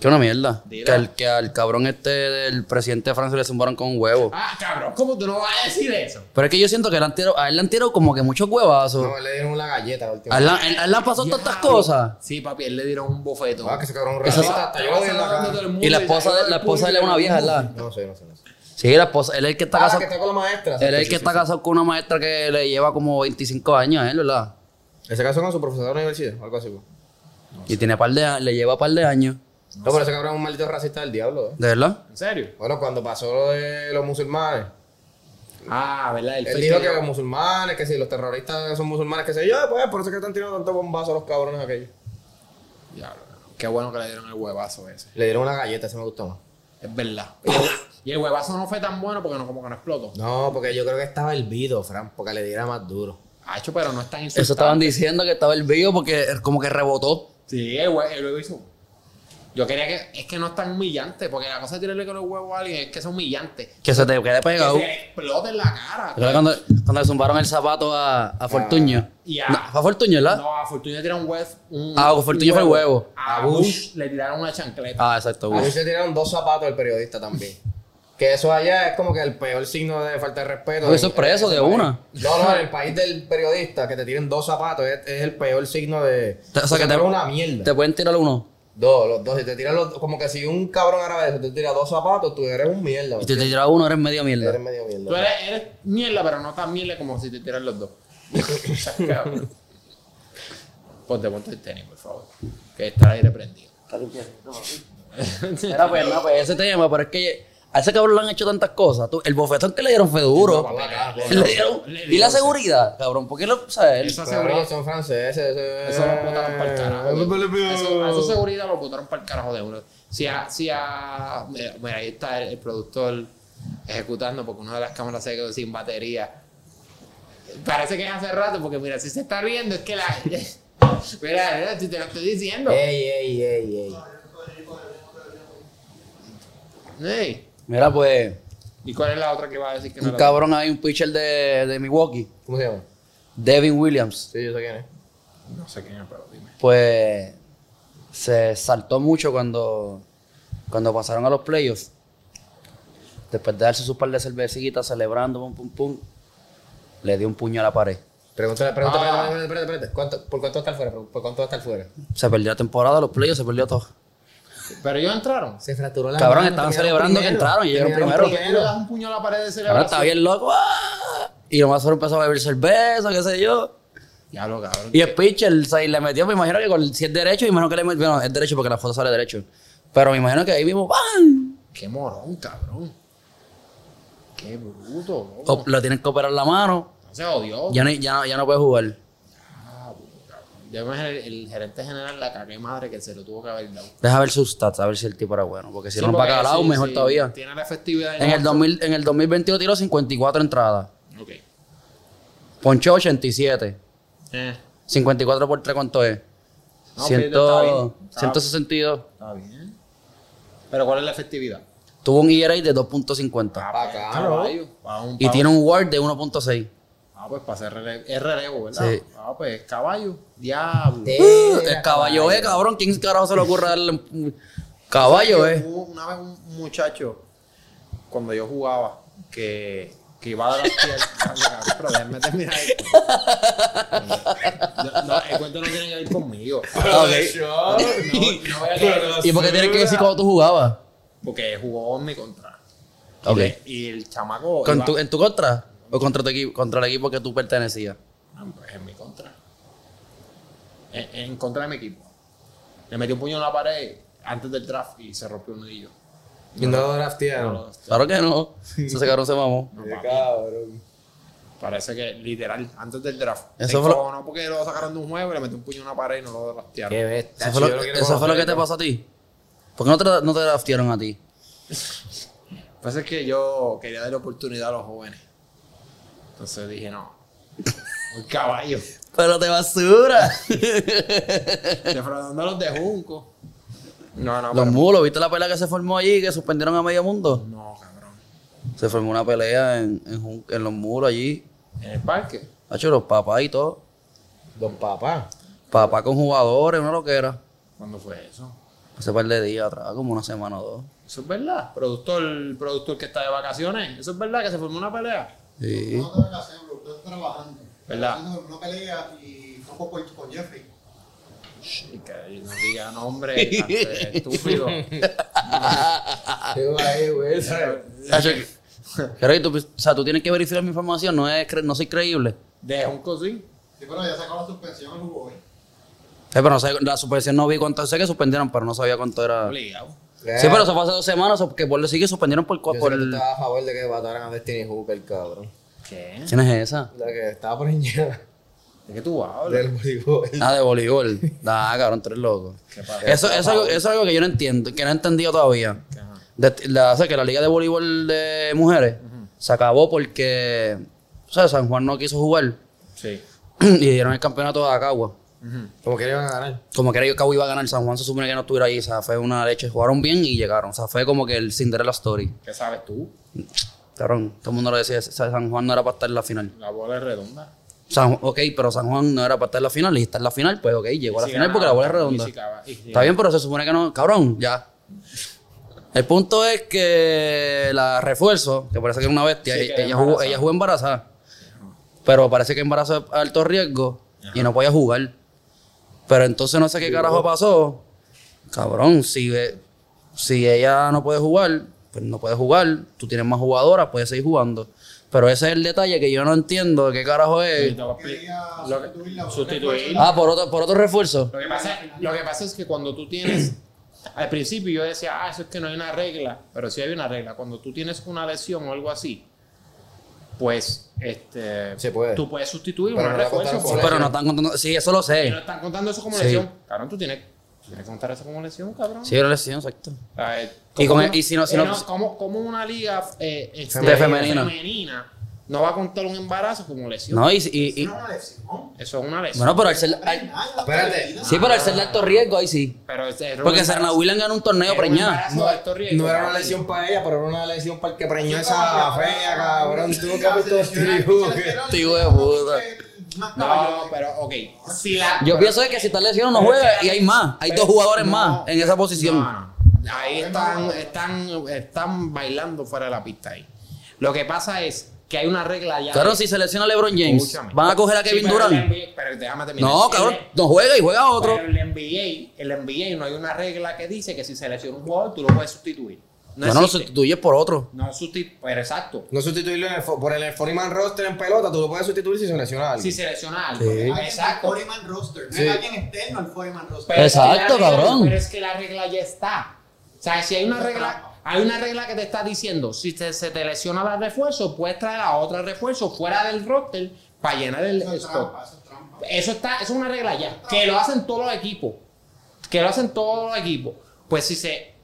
Que una mierda.
Dila.
Que al, que al cabrón este del presidente de Francia le zumbaron con un huevo.
Ah, cabrón, ¿cómo tú no vas a decir eso?
Pero es que yo siento que él han tirado- a él le han tirado como que muchos huevazos.
No, le dieron una galleta la última
A él, a él- a él le han pasado todas estas cosas.
Sí, papi, él le dieron un bofetón.
Ah, que se cabrón un
Esa-
racista. Hasta yo le di en la cara.
Y la esposa de, la esposa de él es una vieja, ¿verdad?
No sé, no sé, no sé.
Sí, la esposa. Él es el que está
Ah, la
casado.
que está con la maestra.
Él es el
Sí,
que
sí,
está
sí.
casado con una maestra que le lleva como 25 años a él, ¿verdad?
Él se casó con su profesor de la universidad, o algo así. pues.
Y tiene par de, a- le lleva par de años,
No, pero ese cabrón es un maldito racista del diablo, eh.
¿de verdad?
¿En serio?
Bueno, cuando pasó lo de los musulmanes,
Ah, ¿verdad? El
él dijo que los musulmanes, que si los terroristas son musulmanes, que sé yo, pues por eso es que están tirando tantos bombazos a los cabrones aquellos.
Diablo, Qué bueno que le dieron el huevazo ese.
Le dieron una galleta, ese me gustó más. [coughs]
Es verdad. y el huevazo no fue tan bueno porque no, como que no explotó.
No, porque yo creo que estaba hervido, Fran, porque le diera más duro.
Hacho, pero no es tan insultante.
Eso estaban diciendo que estaba el vivo porque como que rebotó.
Sí, el hue- el huevo hizo. Yo quería que. Es que no es tan humillante, porque la cosa de tirarle con los huevos a alguien es que es humillante.
Que se te quede
Que
pegado.
se explote en la cara.
Recuerda Cuando, cuando le zumbaron el zapato a, a Fortuño.
y a-
No, fue a Fortuño, ¿verdad?
No, a Fortunio le tiraron un huevo. un-
Ah, a Fortunio
un
fue el huevo.
A
A Bush.
Bush le tiraron una chancleta.
Ah, exacto,
A mí
Bush.
se tiraron dos zapatos al periodista [laughs] también. Que eso allá es como que el peor signo de falta de respeto.
Uy, eso es preso de
ese país.
una.
No, no, en el país del periodista, que te tiren dos zapatos, es, es el peor signo de.
Te- o sea, que te-
es una mierda.
Te pueden tirar uno.
Dos, los dos. Si te tiran los. Como que si un cabrón árabe se te tira dos zapatos, tú eres un mierda.
Y te, te tira uno, eres media
tú Eres
mierda.
medio mierda.
Tú eres, eres mierda, pero no tan mierda como si te
[laughs]
tiran los dos. Cabrón. ponte, ponte el tenis, por favor. Que está el aire prendido.
Era pues, no, pues ese tema, pero es que a ese cabrón le han hecho tantas cosas. Tú, el bofetón que le dieron fue duro.
No, papá,
Le dieron- y la seguridad, cabrón, ¿por qué lo sabes?
Eso
Cabrón,
seguridad.
son franceses.
Eso lo botaron
Eh,
para el carajo. Eso, a esa seguridad lo botaron para el carajo de uno. Si a, si a, mira, mira, ahí está el, el productor ejecutando porque una de las cámaras se quedó sin batería. Parece que es hace rato porque mira, si se está riendo es que la... [laughs] mira, mira, si te lo estoy diciendo.
Eh.
Ey, ey, ey, ey.
Ey,
Mira, pues,
¿Y cuál es la otra que va a decir que no
un
la-
cabrón ahí, un pitcher de, de Milwaukee,
¿Cómo se llama?
Devin Williams,
Sí, yo sé quién es.
No sé quién es, pero dime.
pues se saltó mucho cuando, cuando pasaron a los playoffs. Después de darse su par de cervecitas, celebrando, pum, pum, pum, le dio un puño a la pared.
Pregúntale, pregúntale,
Ah.
pregúntale, pregúntale, pregúntale. ¿Cuánto- ¿Por cuánto va a estar fuera? ¿Por cuánto va a estar fuera?
Se perdió la temporada, los playoffs, se perdió todo.
Pero ellos entraron.
Se fracturó la
Cabrón, estaban celebrando que entraron y llegaron primero.
Porque tú le das un puño a la pared de
Cabrón, está
celebración.
bien loco. ¡ah! Y nomás solo empezó a beber cerveza, qué sé yo.
Ya lo cabrón.
Y el pitcher se le metió, me imagino que con, si es derecho, me imagino que le metió. Bueno, es derecho porque la foto sale derecho. Pero me imagino que ahí mismo ¡pam!
Qué morón, cabrón. Qué bruto, loco.
O- Lo tienen que operar la mano.
Se odió.
Ya no, ya, no- ya no puede jugar.
Yo me el, el gerente general la cagué madre que se lo tuvo que haber dado.
Deja ver sus stats, a ver si el tipo era bueno. Porque si
Sí,
no,
porque
para cada
sí,
mejor
sí,
todavía.
Tiene la efectividad.
En el, 2000, en el 2021 tiró 54 entradas.
Ok.
Ponchó 87.
Eh,
54 por 3, ¿cuánto es?
No,
Ciento-
pero está bien. Está-
162.
está bien. Pero ¿cuál es la efectividad?
Tuvo un ERA de 2.50.
Ah, claro.
caballo. Ah, un
Y
pavo.
tiene un WAR de 1.6.
Ah, pues para hacer relevo, es relevo, ¿verdad?
Sí.
Ah, pues caballo. Diablo.
El caballo, eh, cabrón. ¿Quién carajo se le ocurre darle un caballo, eh?
Hubo una vez un muchacho, cuando yo jugaba, que, que iba a dar
[laughs]
Pero déjenme terminar. esto. No, no, el cuento no tiene que ver conmigo.
Ah, ok.
Pero
¿Y por qué tienes que decir cómo tú jugabas?
Porque jugó en mi contra. Y
Ok.
le- Y, el chamaco.
¿Con
iba-
tu- ¿En tu contra? ¿O contra, tu equipo, contra el equipo que tú pertenecías?
Ah, pues en mi contra. En, en contra de mi equipo. Le metió un puño en la pared antes del draft y se rompió un nudillo.
Y no lo draftearon.
Claro que no. Ese cabrón se mamó.
Qué cabrón.
Parece que literal, antes del draft.
Eso
Se
fue lo-
encojonó porque lo sacaron de un juego y le metió un puño en una pared y no lo draftearon.
Qué bestia.
Eso fue lo, eso fue lo que te pasó a ti. ¿Por qué no te, no te draftearon a ti?
Pues es que yo quería darle oportunidad a los jóvenes. Entonces dije, no. Un caballo.
Pero te basura.
Defraudando a los de Junco. No, no,
Los
pero-
mulos, ¿viste la pelea que se formó allí? Que suspendieron a medio mundo.
No, cabrón.
Se formó una pelea en, en, Jun- en los muros allí.
En el parque.
Hacho, los papás y todo.
Don papá.
Papá con jugadores, una loquera.
¿Cuándo fue eso?
Hace par de días atrás, como una semana o dos.
Eso es verdad. Productor, productor que está de vacaciones. Eso es verdad que se formó una pelea.
Sí.
No tengo que hacerlo, estoy trabajando.
¿Verdad?
Haciendo una pelea y poco por, con Jeffrey.
Y que no diga nombre
[laughs]
estúpido.
Ah.
Qué guay, güey.
Hacho, Pero que tú, pues, o sea, tú tienes que verificar mi información, no, es, cre- no soy creíble. Eh,
De un cosín.
Sí, pero ya sacó la suspensión el jugo hoy.
Sí, pero no sé, la suspensión no vi cuánto, sé que suspendieron, pero no sabía cuánto era.
Obligado.
Sí, pero eso fue hace dos semanas, o- que por decir que suspendieron por...
Yo
cua-
sé
por
que tú
el-
estabas a favor de que mataran a Destiny Hooker, cabrón.
¿Qué?
¿Quién es esa?
La que estaba [laughs] preñada
¿De qué tú hablas?
del voleibol.
Ah, de voleibol. Nah, cabrón, tú eres
[laughs]
loco. Eso, eso, es algo- eso es algo que yo no entiendo, que no he entendido todavía. De- la, o sea, que la liga de voleibol de mujeres se acabó porque o sea, San Juan no quiso jugar [clears throat]
Sí.
y dieron el campeonato a Cagua.
Como que le iban a ganar.
Como que era Cagua iba a ganar, San Juan se supone que no estuviera ahí, o sea, fue una leche. Jugaron bien y llegaron, o sea, fue como que el Cinderella Story.
¿Qué sabes tú?
Cabrón, todo el mundo lo decía, o sea, San Juan no era para estar en la final.
La bola es redonda.
San, Ju- ok, pero San Juan no era para estar en la final y está en la final, pues ok, llegó a la
Si
final porque la bola
ganaba,
es
y
redonda.
si acaba- y si-
Está bien, pero se supone que no. Cabrón, ya. El punto es que la refuerzo, que parece que era una bestia,
Sí,
e-
quedó
ella, jugó,
embarazada.
ella jugó embarazada. Pero parece que embarazó de alto riesgo y no podía jugar. Pero entonces no sé qué carajo pasó. Cabrón, si, ve- si ella no puede jugar, pues no puede jugar. Tú tienes más jugadoras, puedes seguir jugando. Pero ese es el detalle que yo no entiendo de qué carajo es.
Te voy a
Quería
explicar. Lo que-
sustituirla. por
sustituirla.
Ah, por otro, por otro refuerzo.
Lo que, pasa, lo que pasa es que cuando tú tienes, al principio yo decía, ah, eso es que no hay una regla, pero sí hay una regla. Cuando tú tienes una lesión o algo así, pues este,
Se puede.
tú puedes sustituir
Pero
una
no la contaron
refuerzo.
como
Pero
lesión.
no están contando. Sí, eso lo sé.
Y no están contando eso como
Sí.
lesión. Cabrón, tú tienes, tienes que contar eso como lesión, cabrón.
Sí, era lesión, exacto.
A ver,
Y
¿cómo
con-
una-
y si no- si no-
eh, ¿cómo, cómo una liga eh, este,
De femenina.
femenina no va a contar un embarazo como lesión?
No, y. y- y-
No, no, no.
Eso es una lesión.
bueno, pero al ser. al-
Espérate.
sí, pero al ser de alto riesgo, ahí sí.
pero ese era un
Porque
embarazo-
Serna Willan ganó un torneo
era un
preñado.
embarazo de alto riesgo,
no era una
cabrón.
lesión para ella, pero era una lesión para el que preñó esa fea, cabrón. Tú nunca has visto Destiny Hooker.
Tío de puta.
No, pero ok. Si la,
Yo pienso de que si está lesionado no juega y hay más. Hay dos jugadores más en esa posición.
No, no. Ahí están, están, están bailando fuera de la pista ahí. Lo que pasa es que hay una regla ya.
Claro, si se lesiona LeBron James,
Escúchame.
van a coger a
Sí,
Kevin
pero el
Durant.
NBA pero déjame terminar.
No, cabrón,
El-
no juega y juega a otro.
Pero el NBA, el NBA no hay una regla que dice que si se lesiona un jugador, tú lo puedes sustituir. No,
Bueno, lo
existe.
sustituyes por otro.
No sustituir, pero exacto.
No sustituirlo en el, fo- por el, el Foreman roster en pelota, tú lo puedes sustituir si se lesiona alguien.
Si se lesiona algo. Ah,
Exacto.
Exacto.
Foreman roster. No
Sí.
es alguien externo al Foreman roster.
Pero es que la
Exacto,
regla-
cabrón.
Pero es que la regla ya está. O sea, si hay una regla, hay una regla que te está diciendo, si te- se te lesiona la refuerzo, puedes traer a otra refuerzo fuera del roster para llenar el
Eso es
spot.
trampa, eso es trampa.
Eso está, eso es una regla ya. Que lo hacen todos los equipos. Que lo hacen todos los equipos. Pues si se.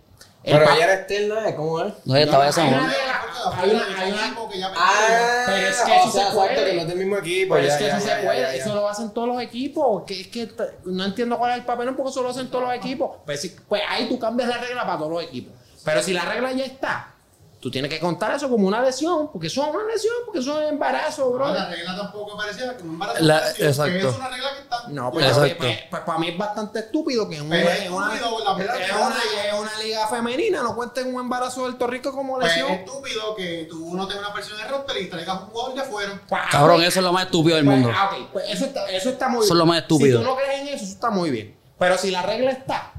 el
pero
pa-
ella era externa, ¿eh? ¿cómo es?
No, ya estaba de San
hay
Hay
una
Juan.
regla-
una-
hay una- hay una-
equipo que ya
Ah.
Ah, pero es que eso
o sea,
se puede.
exacto, que no es del mismo equipo.
Pero
ya,
es que
ya,
eso
ya,
se
ya,
puede,
ya, ya.
eso lo hacen todos los equipos. Que, es que t- no entiendo cuál es el papelón porque eso lo hacen todos los equipos. Pues, si- pues ahí tú cambias la regla para todos los equipos. Pero si la regla ya está, tú tienes que contar eso como una lesión, porque eso es una lesión, porque eso es embarazo, bro.
No, la regla tampoco parecía que un embarazo
La-
parecido,
exacto.
que es una regla que está.
No, pues,
Exacto.
pues, pues, para mí es bastante estúpido que en una,
Pero es
en una-
estúpido, la verdad
en
que
una-
no.
en una liga femenina no cuenten un embarazo de Puerto Rico como
Pues
lesión.
es estúpido que tú no tengas una persona en el roster y traigas un jugador de afuera.
Pues,
Cabrón, eso es lo más estúpido del
Pues,
mundo.
ah, ok, pues eso está, eso está muy
Eso es lo más estúpido.
Si tú no crees en eso, eso está muy bien. Pero si la regla está,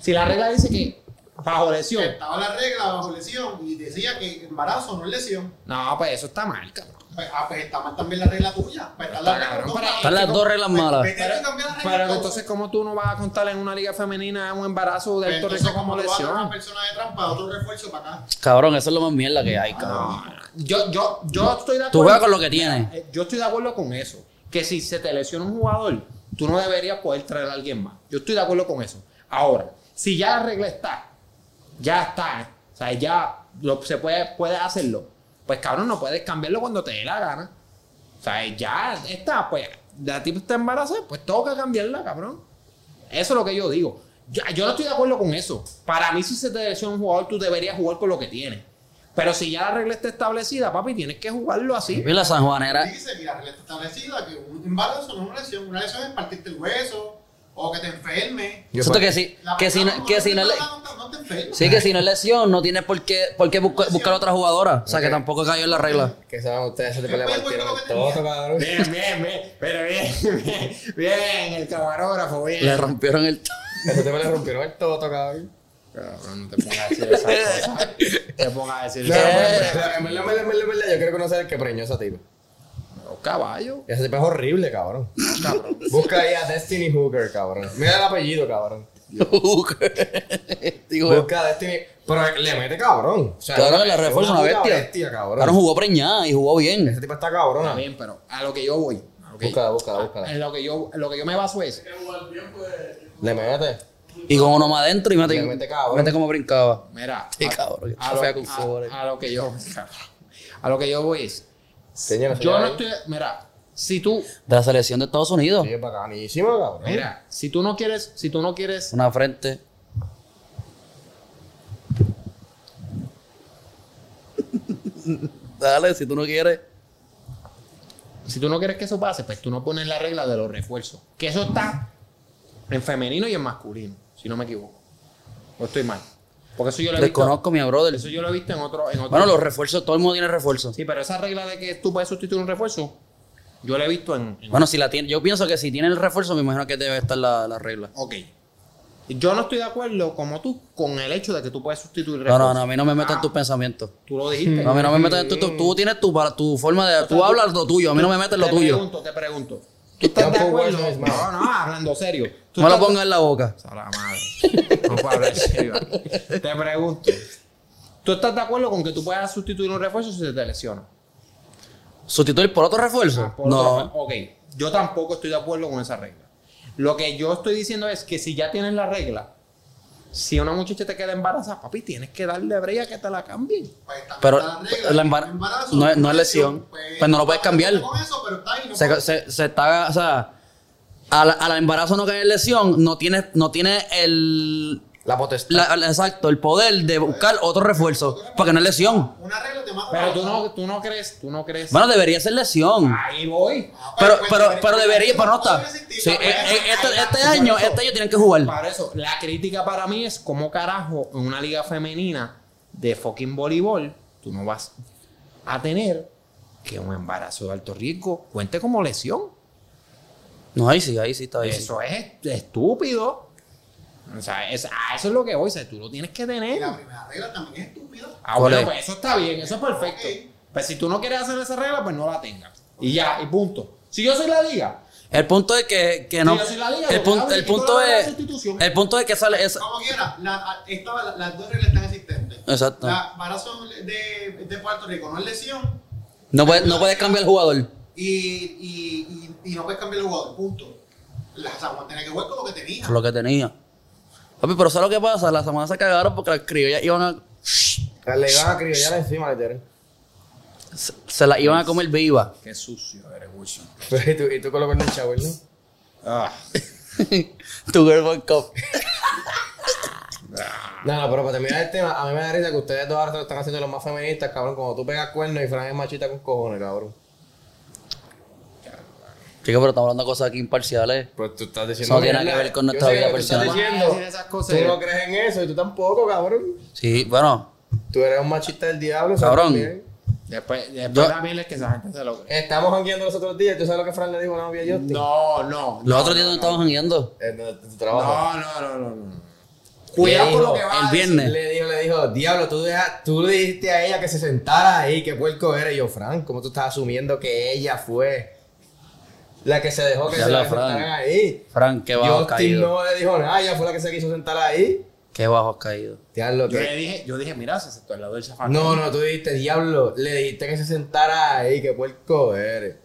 si la regla dice que bajo lesión,
Estaba la regla bajo lesión y decía que embarazo no es lesión.
no, pues eso está mal, cabrón.
Pues, ah, pues está mal también la regla tuya. Pues está la
Está cabrón,
regla
pero-
Están las dos reglas malas.
Vete a cambiar la regla.
Pero entonces, ¿cómo tú no vas a contar en una liga femenina un embarazo de
Pues,
alto
entonces,
riesgo como
¿cómo tú vas a traer una
lesión?
persona de trampa, otro refuerzo para acá.
Cabrón, eso es lo más mierda que hay,
No,
cabrón.
yo, yo, yo estoy de acuerdo.
Tú juegas con lo que tienes.
Eh, Yo estoy de acuerdo con eso. Que si se te lesiona un jugador, tú no deberías poder traer a alguien más. Yo estoy de acuerdo con eso. Ahora, si ya la regla está, ya está, ¿eh? o sea, ya lo- se puede, puedes hacerlo, pues cabrón, no puedes cambiarlo cuando te dé la gana. O sea, ya está, pues, la tipa está embarazada, pues toca cambiarla, cabrón. Eso es lo que yo digo. Yo, yo no estoy de acuerdo con eso. Para mí, si se te lesiona un jugador, tú deberías jugar con lo que tienes. Pero si ya la regla está establecida, papi, tienes que jugarlo así.
Y la San Juanera.
Dice que la regla está establecida, que un embarazo no es una lesión. Una lesión es partirte el hueso o que te enferme.
Yo
Siento
fue-
que si,
La
que si,
persona
no- que si no le.
no, no te enfermes.
Sí, que si no es lesión, no tienes por qué, por qué busca- buscar otra jugadora. O sea, que
Ok.
tampoco cayó en la regla.
Que saben ustedes, se te
Yo
pelea
voy por
partieron
lo que
el toto,
tenía.
[laughs]
cabrón.
Bien, bien, bien. Pero bien, bien, bien, el camarógrafo, bien.
Le rompieron el.
Se te pelea rompieron el toto, cabrón.
Cabrón, no te pongas a decir esas cosas. Te pongas a decir
No,
esas
en
cosas.
verdad, en verdad, en verdad, en verdad, en verdad, yo quiero conocer el que preñó esa tipa.
Los caballos.
Ese tipo es horrible, cabrón. Busca ahí a Destiny Hooker, cabrón. Mira el apellido, cabrón.
[laughs] Digo,
Busca a Destiny. Pero le mete cabrón. O sea,
cabrón,
es
la reforma es una
puta
bestia.
cabrón.
Cabrón jugó preñada y jugó bien.
Ese tipo está
Está
cabrona.
bien, pero a lo que yo voy. a lo que-
Búscala, búscala, búscala.
En lo que yo, en lo que yo me baso es.
Le mete.
Y con uno más adentro y mete,
Le mete cabrón.
mete como brincaba. Ah,
Mira.
Sí,
a-
cabrón, que
A,
fea con
Ah, lo,
cojones.
a- a lo que yo. cabrón, [laughs] A lo que yo voy es.
Señora,
Yo
señora,
no
ahí.
estoy. Mira, si tú.
De la selección de Estados Unidos.
Sí, es bacanísimo, cabrón.
Mira, si tú no quieres. Si tú no quieres.
Una frente. [laughs] Dale, si tú no quieres.
Si tú no quieres que eso pase, pues tú no pones la regla de los refuerzos. Que eso está en femenino y en masculino, si no me equivoco. O estoy mal. Porque eso yo lo he visto.
Desconozco a mi brother.
Eso yo lo he visto en otro. En otro
Bueno, los refuerzos, todo el mundo tiene refuerzos.
Sí, pero esa regla de que tú puedes sustituir un refuerzo, yo la he visto en. en-
Bueno, si la tiene, yo pienso que si tiene el refuerzo, me imagino que debe estar la, la regla.
Ok. Yo no estoy de acuerdo, como tú, con el hecho de que tú puedes sustituir
No,
refuerzos.
no, no, a mí no me meto en
Ah,
tus pensamientos.
Tú lo dijiste.
No, a mí no me meto en tu, tu- tú tienes tu, tu forma de. Tú hablas lo tuyo, a mí no me metes en lo
te
tuyo.
pregunto, te pregunto. ¿Tú estás
Ya
de
fue
acuerdo?
bueno, es más.
No, no, hablando serio. ¿Tú
No lo
estás-
pongas en la boca.
A la madre. No puedo hablar serio. Te pregunto. ¿Tú estás de acuerdo con que tú puedas sustituir un refuerzo si se te lesiona?
¿Sustituir por otro refuerzo?
Ah, Por otro-
No.
ok, yo tampoco estoy de acuerdo con esa regla. Lo que yo estoy diciendo es que si ya tienes la regla, si una muchacha te queda embarazada, papi, tienes que darle brea que te la cambien.
Pues, está-
Pero
está regla,
la embar-
embarazo,
no es- no es lesión. Pues no lo puedes cambiar.
Con eso, pero está ahí, no
Se,
puedes-
se- se está. O sea, al, al embarazo no caer en lesión, no tiene, no tiene el.
La potestad.
la- el- exacto, el poder de buscar otro refuerzo. Porque no es lesión.
Una regla te mata.
Pero tú no, tú no crees, tú no crees.
Bueno, debería ser lesión.
Ahí voy.
Ah,
Pero,
Pues,
pues,
pero, pero debería, pero no está. Sí, eh, eh, este, este año, este año tienen que jugar.
pues, Para eso, la crítica para mí es cómo carajo en una liga femenina de fucking voleibol tú no vas a tener que un embarazo de alto riesgo cuente como lesión.
No, ahí sí, ahí sí está. Ahí sí.
Eso es estúpido. O sea, es- a eso es lo que voy. O sea, tú lo tienes que
Y
tener.
la primera regla también es estúpida.
Ah, bueno,
¿Cuál es?
pues eso está bien, eso es perfecto.
Ok.
Pues si tú no quieres hacer esa regla, pues no la tengas. Y ya, y punto. Si yo soy la liga,
El punto es que, que
Sí,
no.
yo soy la liga,
El,
yo
pun-
hablo y
el
quito
punto
la regla de
es.
sustitución.
El punto es que sale. Es,
Como quiera, la- esta- la- las dos reglas están existentes.
Exacto.
La embarazo de, de Puerto Rico no es lesión
no, puedes, no puedes cambiar el jugador.
y, y, y, y no puedes cambiar el jugador, punto. La San Juan tenía que jugar con lo que tenía.
Con lo que tenía. Papi, pero ¿sabes lo que pasa? Las semanas se cagaron porque las criollas iban a.
Le iban a criollar encima, literal. [laughs]
Se, se las iban a comer viva.
qué sucio eres, Wilson.
Y tú, y tú con lo con el chavo, ¿no?
Ah,
[laughs] Tu Girl World Cup.
No, no, pero para terminar el tema, a mí me da risa que ustedes dos ahora se lo están haciendo los más feministas, cabrón. Como tú pegas cuernos y Fran es machita con cojones, cabrón.
Chico, pero estamos hablando de cosas aquí imparciales.
Pues tú estás diciendo.
No tiene
mierda.
que ver con
Yo
nuestra
sé
vida
que tú estás
personal.
diciendo,
Decir esas cosas.
Tú no crees en eso y tú tampoco, cabrón.
Sí, bueno.
Tú eres un machista del diablo, eso
Cabrón.
también.
después después
Yo-
la miel es que esa gente se lo cree.
Estamos jangueando los otros días. ¿Tú sabes lo que Fran le dijo a la novia de Justin?
No, no.
Los
no,
otros días
no,
donde estábamos jangueando.
En donde tu trabajo.
No, no, no, no, no. Cuidado con lo que vas
el
a decir.
viernes.
Le dijo, le dijo, diablo, tú, deja- tú le dijiste a ella que se sentara ahí, qué puerco eres. Y yo, Fran, ¿cómo tú estás asumiendo que ella fue la que se dejó que
Ya
se
la
la
Fran.
sentaran ahí?
Frank, qué bajo has
Justin
caído.
no le dijo nada, ella fue la que se quiso sentar ahí.
Qué bajo has caído.
Diablo,
Yo le
que...
dije, yo dije, mira, se sentó al lado del zafacón.
No, no, tú dijiste, diablo, le dijiste que se sentara ahí, qué puerco eres.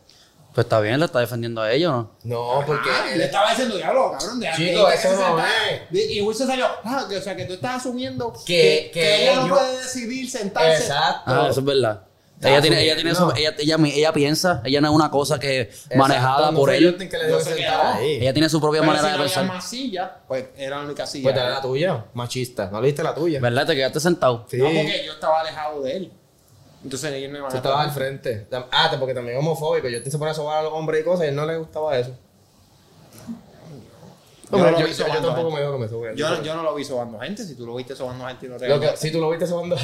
Pues está bien, la está defendiendo a ellos, ¿no?
No, porque...
Ah,
él-
le estaba diciendo, diablo, cabrón, de
Chico,
de-
eso
de-
no eh.
de- Y Wilson salió, ah, que, o sea, que tú estás asumiendo
Que-
que,
que
que, ella
yo-
no puede decidir sentarse.
Exacto.
Ah, eso es verdad.
Ya,
ella, tiene,
sí,
ella, tiene
no.
su- ella, ella, ella piensa, ella no es una cosa que manejada
Exacto, no
por
fue
él.
Justin que le dijo
No
que se
se
sentara
quedó.
ahí.
Ella tiene su propia
Pero
manera
si
de
no había
pensar.
más silla, pues era la única silla.
Pues dale la tuya, machista. No le diste la tuya.
¿Verdad? Te quedaste sentado.
Sí.
No, porque yo estaba alejado de él. Entonces ellos no iban
Tú
a
estabas al
estar-
frente. Ah, te- porque también es homofóbico. Yo te se pone a sobar a los hombres y cosas y a él no le gustaba eso.
Yo
Hombre,
no lo
yo,
vi
yo- yo
sobando
tampoco
gente.
me digo que me sobe.
Yo, yo no lo vi sobando gente, si tú lo viste sobando gente y lo
Lo que-
regalaste.
si tú lo viste sobando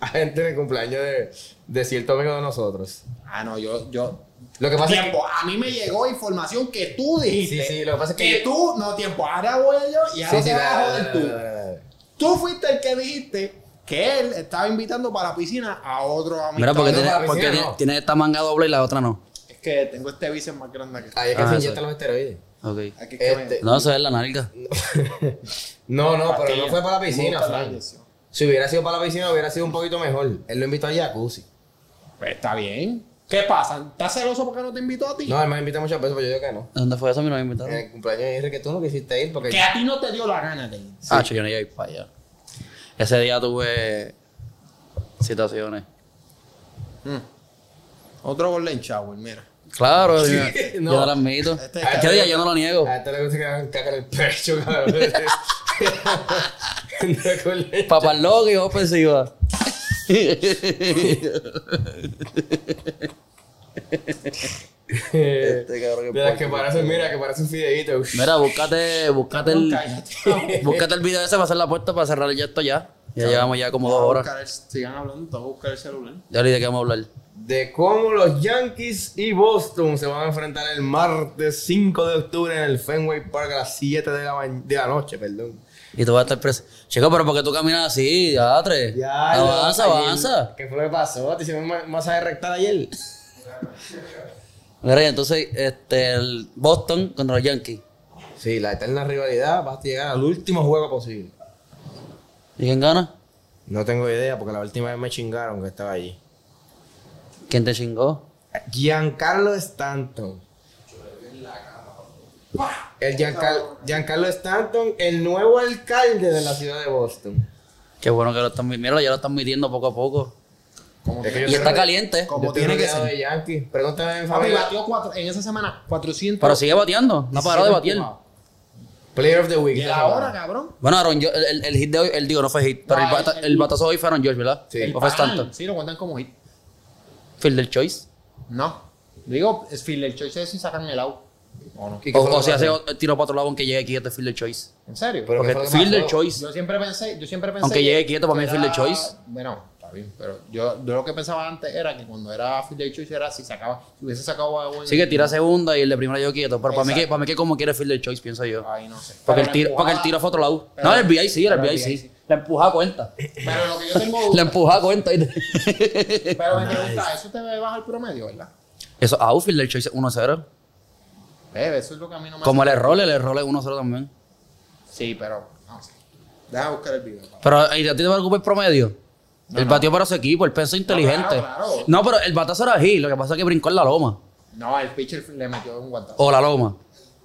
a gente en el cumpleaños de, de cierto amigo de nosotros.
Ah, no, yo, yo.
Lo que pasa es que.
Tiempo, a mí me llegó información que tú dijiste.
Sí, sí, lo que pasa es que
tú, no tiempo, ahora voy yo y ahora
Sí, sí,
te vas a
dale,
joder
dale,
tú.
dale, dale, dale.
Tú fuiste el que dijiste que él estaba invitando para la piscina a otro amigo.
Mira, porque,
no,
tiene-
para la
porque
piscina,
tiene-
no.
tienes esta manga doble y la otra no.
Es que tengo este bíceps más grande que
Ahí es que
Ah,
se
eso.
inyectan los esteroides.
Ok.
aquí. es que me-
Este,
No, eso es la nalga.
no, no, pero
Aquella.
no fue para la
Me
piscina,
gusta la
Frank.
inyección.
Si hubiera sido para la piscina, hubiera sido un poquito mejor. Él lo invitó a jacuzzi.
Pues está bien. ¿Qué pasa? ¿Estás celoso porque no te invitó a ti?
No, él me invita muchas veces, pero yo digo que no.
¿Dónde fue eso? A mí no me
En
invitaron.
el cumpleaños de Henry, que tú no quisiste ir porque
Que a ti no te dio la gana de ir.
Ah, chico, yo no iba a ir para allá. Ese día tuve situaciones.
Otro Golden Shower, mira.
Claro, yo, [laughs]
no.
yo lo admito.
Este-
Este día yo no lo niego.
a este le gusta que le hagan caca en el pecho, cabrón.
[laughs]
Anda con leche.
Papá loco y ofensiva. Este cabrón
De
que
las que parece, mira, que parece un fideíto.
Mira, búscate, búscate el,
Cállate.
búscate el video ese para hacer la puerta para cerrar ya esto ya. Ya llevamos ya como dos
Vamos a
horas.
buscar el- Sigan hablando, te voy a buscar el celular.
Ya le dije que vamos a hablar.
De cómo los Yankees y Boston se van a enfrentar el martes 5 de octubre en el Fenway Park a las 7 de la, ma- de la noche, perdón.
Y tú vas a estar preso. Chico, pero ¿por qué tú caminas así? Ya, tres. avanza,
ayer-
avanza.
¿Qué fue lo que pasó? ¿Te hicieron un masaje rectal ayer?
Mira, y entonces, este, el Boston contra los Yankees.
Sí, la eterna rivalidad vas a llegar al último juego posible.
¿Y quién gana?
No tengo idea porque la última vez me chingaron que estaba allí.
¿Quién te chingó?
Giancarlo Stanton. El Giancarlo, Giancarlo Stanton, el nuevo alcalde de la ciudad de Boston.
Qué bueno que lo están midiendo. Míralo, ya lo están midiendo poco a poco.
Como
Es que
tiene-
yo
Y
te
está
re-
caliente.
como
yo estoy
tiene que
rodeado
ser.
de Yankees. Pregúntame a mi
Papi,
familia.
batió cuatro, en esa semana 400.
Pero sigue bateando. No ha parado de batear.
Player of the Week.
Y
esta
ahora,
semana.
cabrón.
Bueno, Aaron, Jo- el, el- el hit de hoy, el digo, no fue hit, pero
No,
el, bata-
el-
el batazo hoy fue Aaron George, ¿verdad?
Sí.
¿O fue
Ah,
Stanton?
Sí, lo cuentan como hit.
Fielder Choice.
No. Digo, es Fielder Choice es si sacan el out. ¿O no?
¿Y qué
O,
fue lo
o
que
si hace
pasó?
o- tiro para otro lado aunque llegue quieto es Fielder Choice.
¿En serio?
Pero
Porque
¿qué fue lo que
Fielder
pasó?
Choice.
yo siempre pensé, yo siempre pensé.
Aunque
que-
llegue quieto, para mí
que
es Fielder
era-
Choice.
Bueno, está bien, pero yo, yo lo que pensaba antes era que cuando era Fielder Choice era si sacaba, si hubiese sacado a Owen-
Sí que tira segunda y el de primera yo quieto, pero para mí, que,
Exacto.
para mí que como quiere Fielder Choice, pienso yo.
Ay, no sé.
Porque
Pero
el,
la
tiro, porque el
empujada-
tiro fue otro lado.
Pero-
no, el BI sí, el
pero
BI
el
sí.
BI.
La empuja a cuenta.
Pero lo que yo tengo
[laughs] La
duda.
empuja a cuenta. Y te-
pero me pregunta, eso te baja el promedio, ¿verdad?
Eso, out, Fielder Choice es 1-0.
Bebe, eso es lo que a mí no me
Como el error, el error es 1-0 también.
Sí, pero no sé. Deja buscar el video. papá.
Pero ¿y a ti te preocupa el promedio. el batió para su equipo, el peso inteligente. No,
claro, claro.
pero el batazo era Gil, lo que pasa es que brincó en la loma.
No, el pitcher le metió un guantazo.
O la loma.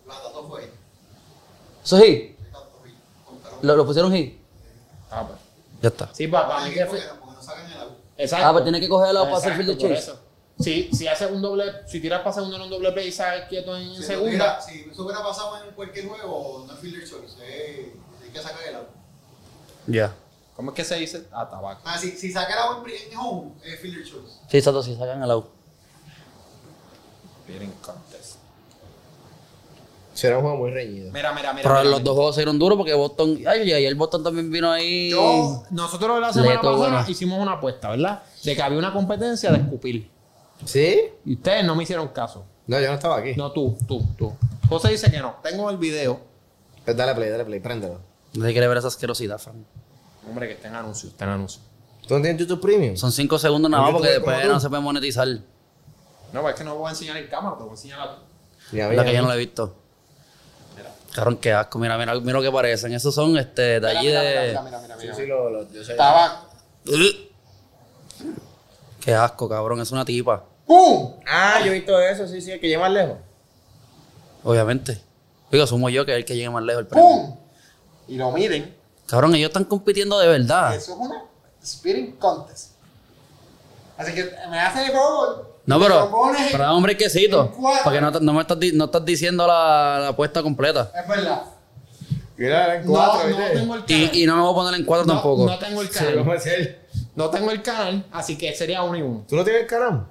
Platato fue.
¿Eso es Gil? ¿Lo, lo pusieron Gil?
Ah, pues.
Ya está.
Sí, papá, a mí que
Porque
pues,
fue-
porque no sacan el agua.
Exacto.
Ah, pero tiene que coger el lado para hacer
Exacto,
field
por
choice.
eso. Sí, si haces un doble, si tiras para segundo en un doble play y sabes quieto en
Si, eso
segunda.
hubiera- si eso hubiera pasado en cualquier juego, no es fielder choice, eh, hay que sacar el agua.
Ya.
¿Cómo es que se dice? Ah, tabaco.
Ah, si, si saca el agua en pri- en home, es fielder choice.
Sí, exacto, si sacan el lado.
Bien contest.
Será un juego muy reñido.
Mira, mira, mira.
Pero
mira,
los
mira.
dos juegos se dieron duros porque Boston. Ay, ay, el Boston también vino ahí.
Yo, nosotros la semana
Leto,
pasada
bueno.
hicimos una apuesta, ¿verdad? De que había una competencia de escupir.
¿Sí?
Y ustedes no me hicieron caso.
No, yo no estaba aquí.
No, tú, tú, tú. José dice que no. Tengo el video.
Pues dale play, dale play, préndelo.
No se quiere ver esa asquerosidad, Fran.
Hombre, que está en anuncio, está en anuncio.
¿Tú no tienes YouTube Premium?
Son 5 segundos nada más
Yo
porque
tuve como
después
tú.
no se puede monetizar. La
No, pues es que no voy a enseñar en cámara, te voy a enseñar a tú.
Ya,
que yo no la he visto. Cabrón, qué asco. Mira, mira, mira lo que parecen. Esos son este, de allí de.
Mira, mira, mira.
Sí, lo, lo, yo sé.
Tabaco.
Ugh. Qué asco, cabrón. Es una tipa.
¡Pum!
Ah, yo he visto eso, sí, sí, el que lleva más lejos.
Obviamente. Digo, sumo yo que es el que llegue más lejos el premio.
¡Pum! Y lo miren.
Cabrón, ellos están compitiendo de verdad.
Eso es una spitting contest. Así que me hacen el favor.
No,
me
pero,
lo pones-
pero dame un brequecito.
en cuatro.
Porque no, te- no me estás, di- no estás diciendo la, la apuesta completa.
Es verdad.
Mira, eran
No,
cuatro,
no
¿viste?
tengo el canal.
Y, y no me voy a poner en cuatro
No-
tampoco.
No, tengo el
Sí, vamos
canal.
a hacer.
No tengo el canal, así que sería uno y uno.
¿Tú no tienes el canal?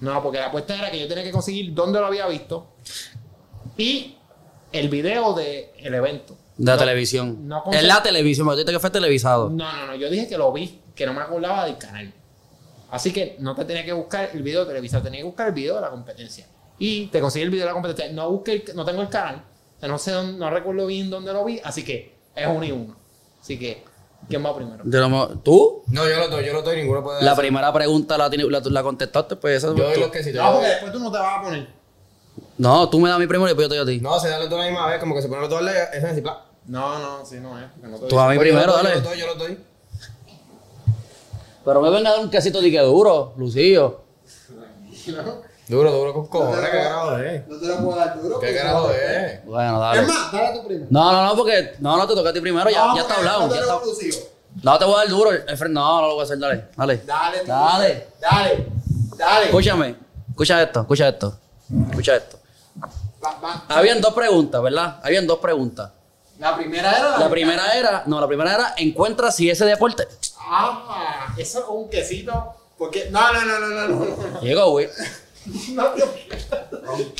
No, porque la apuesta era que yo tenía que conseguir dónde lo había visto y el video del evento.
de la
No-
televisión.
no
es
consigo-
la televisión, me dijiste que fue televisado.
No, no, no. Yo dije que lo vi, que no me acordaba del canal. Así que no te tenía que buscar el video televisado, tenía que buscar el video de la competencia. Y te conseguí el video de la competencia. No busqué, el- no tengo el canal, o sea, no sé, dónde- no recuerdo bien dónde lo vi, así que es uno y uno. Así que ¿Quién va primero?
De lo mo- ¿Tú?
No, yo no doy, yo no doy, ninguno puede
La
hacer.
primera pregunta la, tiene- la, la contestaste, pues esa
Yo doy
tú.
los que sí.
No,
No,
porque después tú no te vas a poner.
No, tú me das mi primero y después yo te doy a ti.
no, se dan los dos a la misma vez, como que se ponen los dos a la esa es así, plan.
No, no, sí, no es. Porque no te
Tú a mí
Pues yo
primero,
los doy,
dale.
Yo los doy, yo los doy.
Pero me venga a dar un quesito de que duro, Lucillo.
Duro, duro con cojones, qué carajo es.
No te lo puedo dar duro.
Qué carajo es.
Bueno,
Es
dale.
más, dale a tu primo.
No, no, no, porque no, no te toca a ti primero, ya,
No,
ya está
porque
hablado. ya
no te
está-
lo producido.
No te voy a dar duro, Efren, no, no lo voy a hacer, dale, dale.
Dale,
Dale.
Dale, dale.
Escúchame, escucha esto, escucha esto, escucha esto.
Va, va.
Habían dos preguntas, ¿verdad? Habían dos preguntas.
La primera era.
La primera era, no, la primera era, encuentra si ese deporte.
Ah, eso es un quesito. Porque. No, no, no, no, no, no. no.
Llegó, güey.
[laughs] No, Dios mío.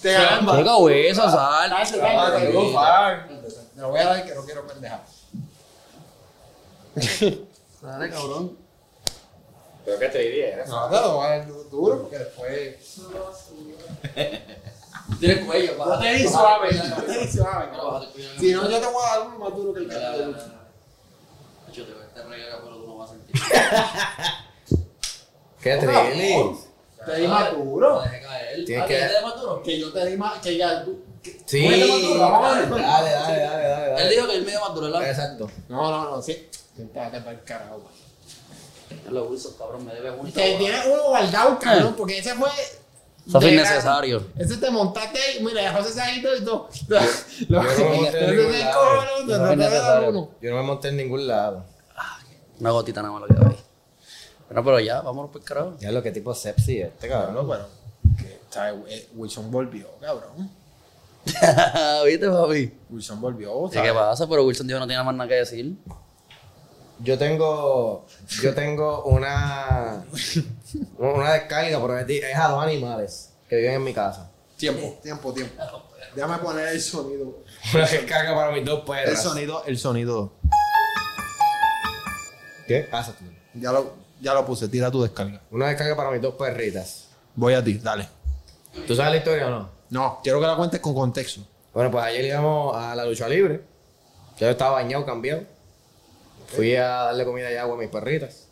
Te ganan va.
Llegó, güey, eso sal.
Dale, dale, dale.
Me lo voy a dar que no quiero pendejar.
Dale, cabrón.
Pero que te diría,
No, te lo voy a dar du- duro porque después.
Tiene cuello,
No te di suave, no te di suave. cabrón.
Si no, yo te voy a dar uno más duro que el que te doy.
Yo te voy a pero tú no vas a sentir.
Qué trilling.
Te di más duro.
Tienes que-
Que yo te di más. Que ya. tú- que-
Sí.
Ponete más duro, vamos a
Dale,
ver.
dale, dale, dale,
Él
dale.
dijo que él me dio más duro, ¿verdad?
Exacto.
No, no, no, sí. Siéntate para el carajo. pa.
Los Wilson, cabrón, me debe mucho.
Que tienes uno guardado, cabrón, porque ese fue.
Eso fue
de la-
innecesario. [laughs]
Ese te montaste ahí, mira, dejó ese sajito y todo.
Yo no me monté en ningún lado.
fue innecesario.
Yo no me monté en ningún lado.
Una gotita nada más lo que hay. Bueno, pero ya, vámonos por el carajo. [laughs]
Ya lo que tipo sepsi este cabrón.
No, pero. que, ¿sabes? Eh, Wilson volvió, cabrón.
¿Viste, papi?
Wilson volvió.
Sí, ¿Qué
¿sabes?
pasa? Pero Wilson dijo que no tiene más nada que decir.
Yo tengo. Yo tengo una. Una descarga, pero es, di- es a dos animales que viven en mi casa.
Tiempo, tiempo, tiempo. Déjame poner el sonido.
Una descarga para mis dos
El
perras.
sonido, el sonido.
¿Qué? Casa tú.
Ya lo, ya lo puse, tira tu descarga.
Una descarga para mis dos perritas.
Voy a ti, dale.
¿Tú sabes la historia o no?
No, quiero que la cuentes con contexto.
Bueno, pues ayer íbamos a la lucha libre. Ya yo estaba bañado, cambiado. Fui a darle comida y agua a mis perritas.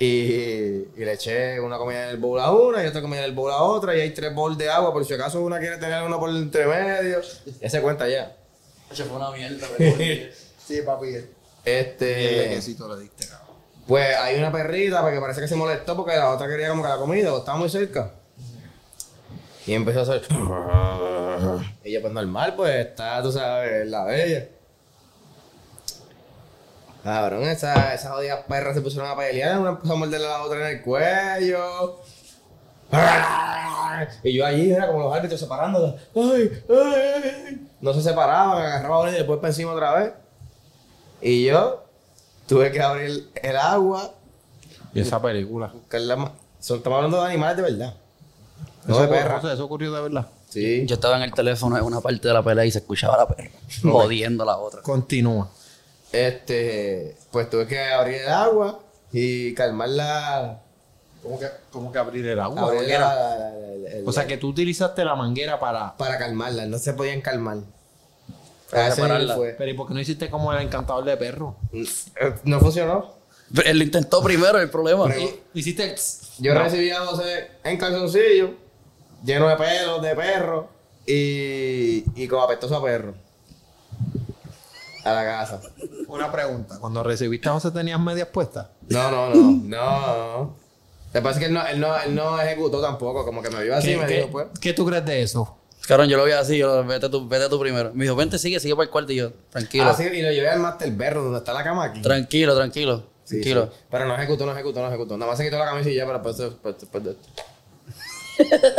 Y, y le eché una comida en el bowl a una y otra comida en el bowl a otra. Y hay tres bowls de agua por si acaso una quiere tener una por el entremedio. Ya se cuenta ya.
Eso fue una [laughs] mierda, pero.
Sí, papi.
Este,
le diste, cabrón.
pues hay una perrita porque parece que se molestó porque la otra quería como que la comida, o estaba muy cerca. Y empezó a hacer. [laughs] Y yo, pues normal, pues está, tú sabes, la bella. Cabrón, esa- esas jodidas perras se pusieron a pelear, una empezó a morderle a la otra en el cuello. [laughs] Y yo allí era como los árbitros separándolas. Ay, ay, ay. No se separaban, agarraban una y después para encima otra vez. Y yo tuve que abrir el agua,
Y esa película.
buscar la ma- Son, estamos hablando de animales de verdad. No
eso,
de
ocurrió-
perras.
José, eso ocurrió de verdad.
Sí.
Yo estaba en el teléfono en una parte de la pelea y se escuchaba la perra. Jodiendo a la otra.
Continúa.
Este, pues tuve que abrir el agua y calmar la.
¿Cómo que, cómo que abrir el agua?
abrir
manguera?
la- la- la- la-
O sea, que tú utilizaste la manguera para...
Para calmarla, no se podían calmar.
Para
A ese nivel
separarla.
fue.
Pero ¿y por qué no hiciste como el encantador de perro?
Eh, No funcionó.
Pero Él lo intentó primero, el problema.
Pero-
Hiciste... el-
Yo recibí a José en calzoncillo, lleno de pelos, de perro y, y con apestoso a perro. A la casa.
Una pregunta. Cuando recibiste a José, ¿tenías medias puestas?
No, no, no, no. Lo que pasa es que él no, él, no, él no ejecutó tampoco, como que me vio así y
¿Qué,
me
qué-
dijo, pues.
qué tú crees de eso?
Cabrón, yo lo vi así, yo, vete tú, vete tú primero. Me dijo, vente, sigue, sigue para el cuarto y yo, tranquilo.
Así, Ah, y lo llevé al Master Berro, donde está la cama aquí.
Tranquilo, tranquilo.
Sí,
tranquilo.
sí. Pero no ejecutó, no ejecutó, no ejecutó. Nada más se quitó la camisa y ya, pero después, después, después de esto.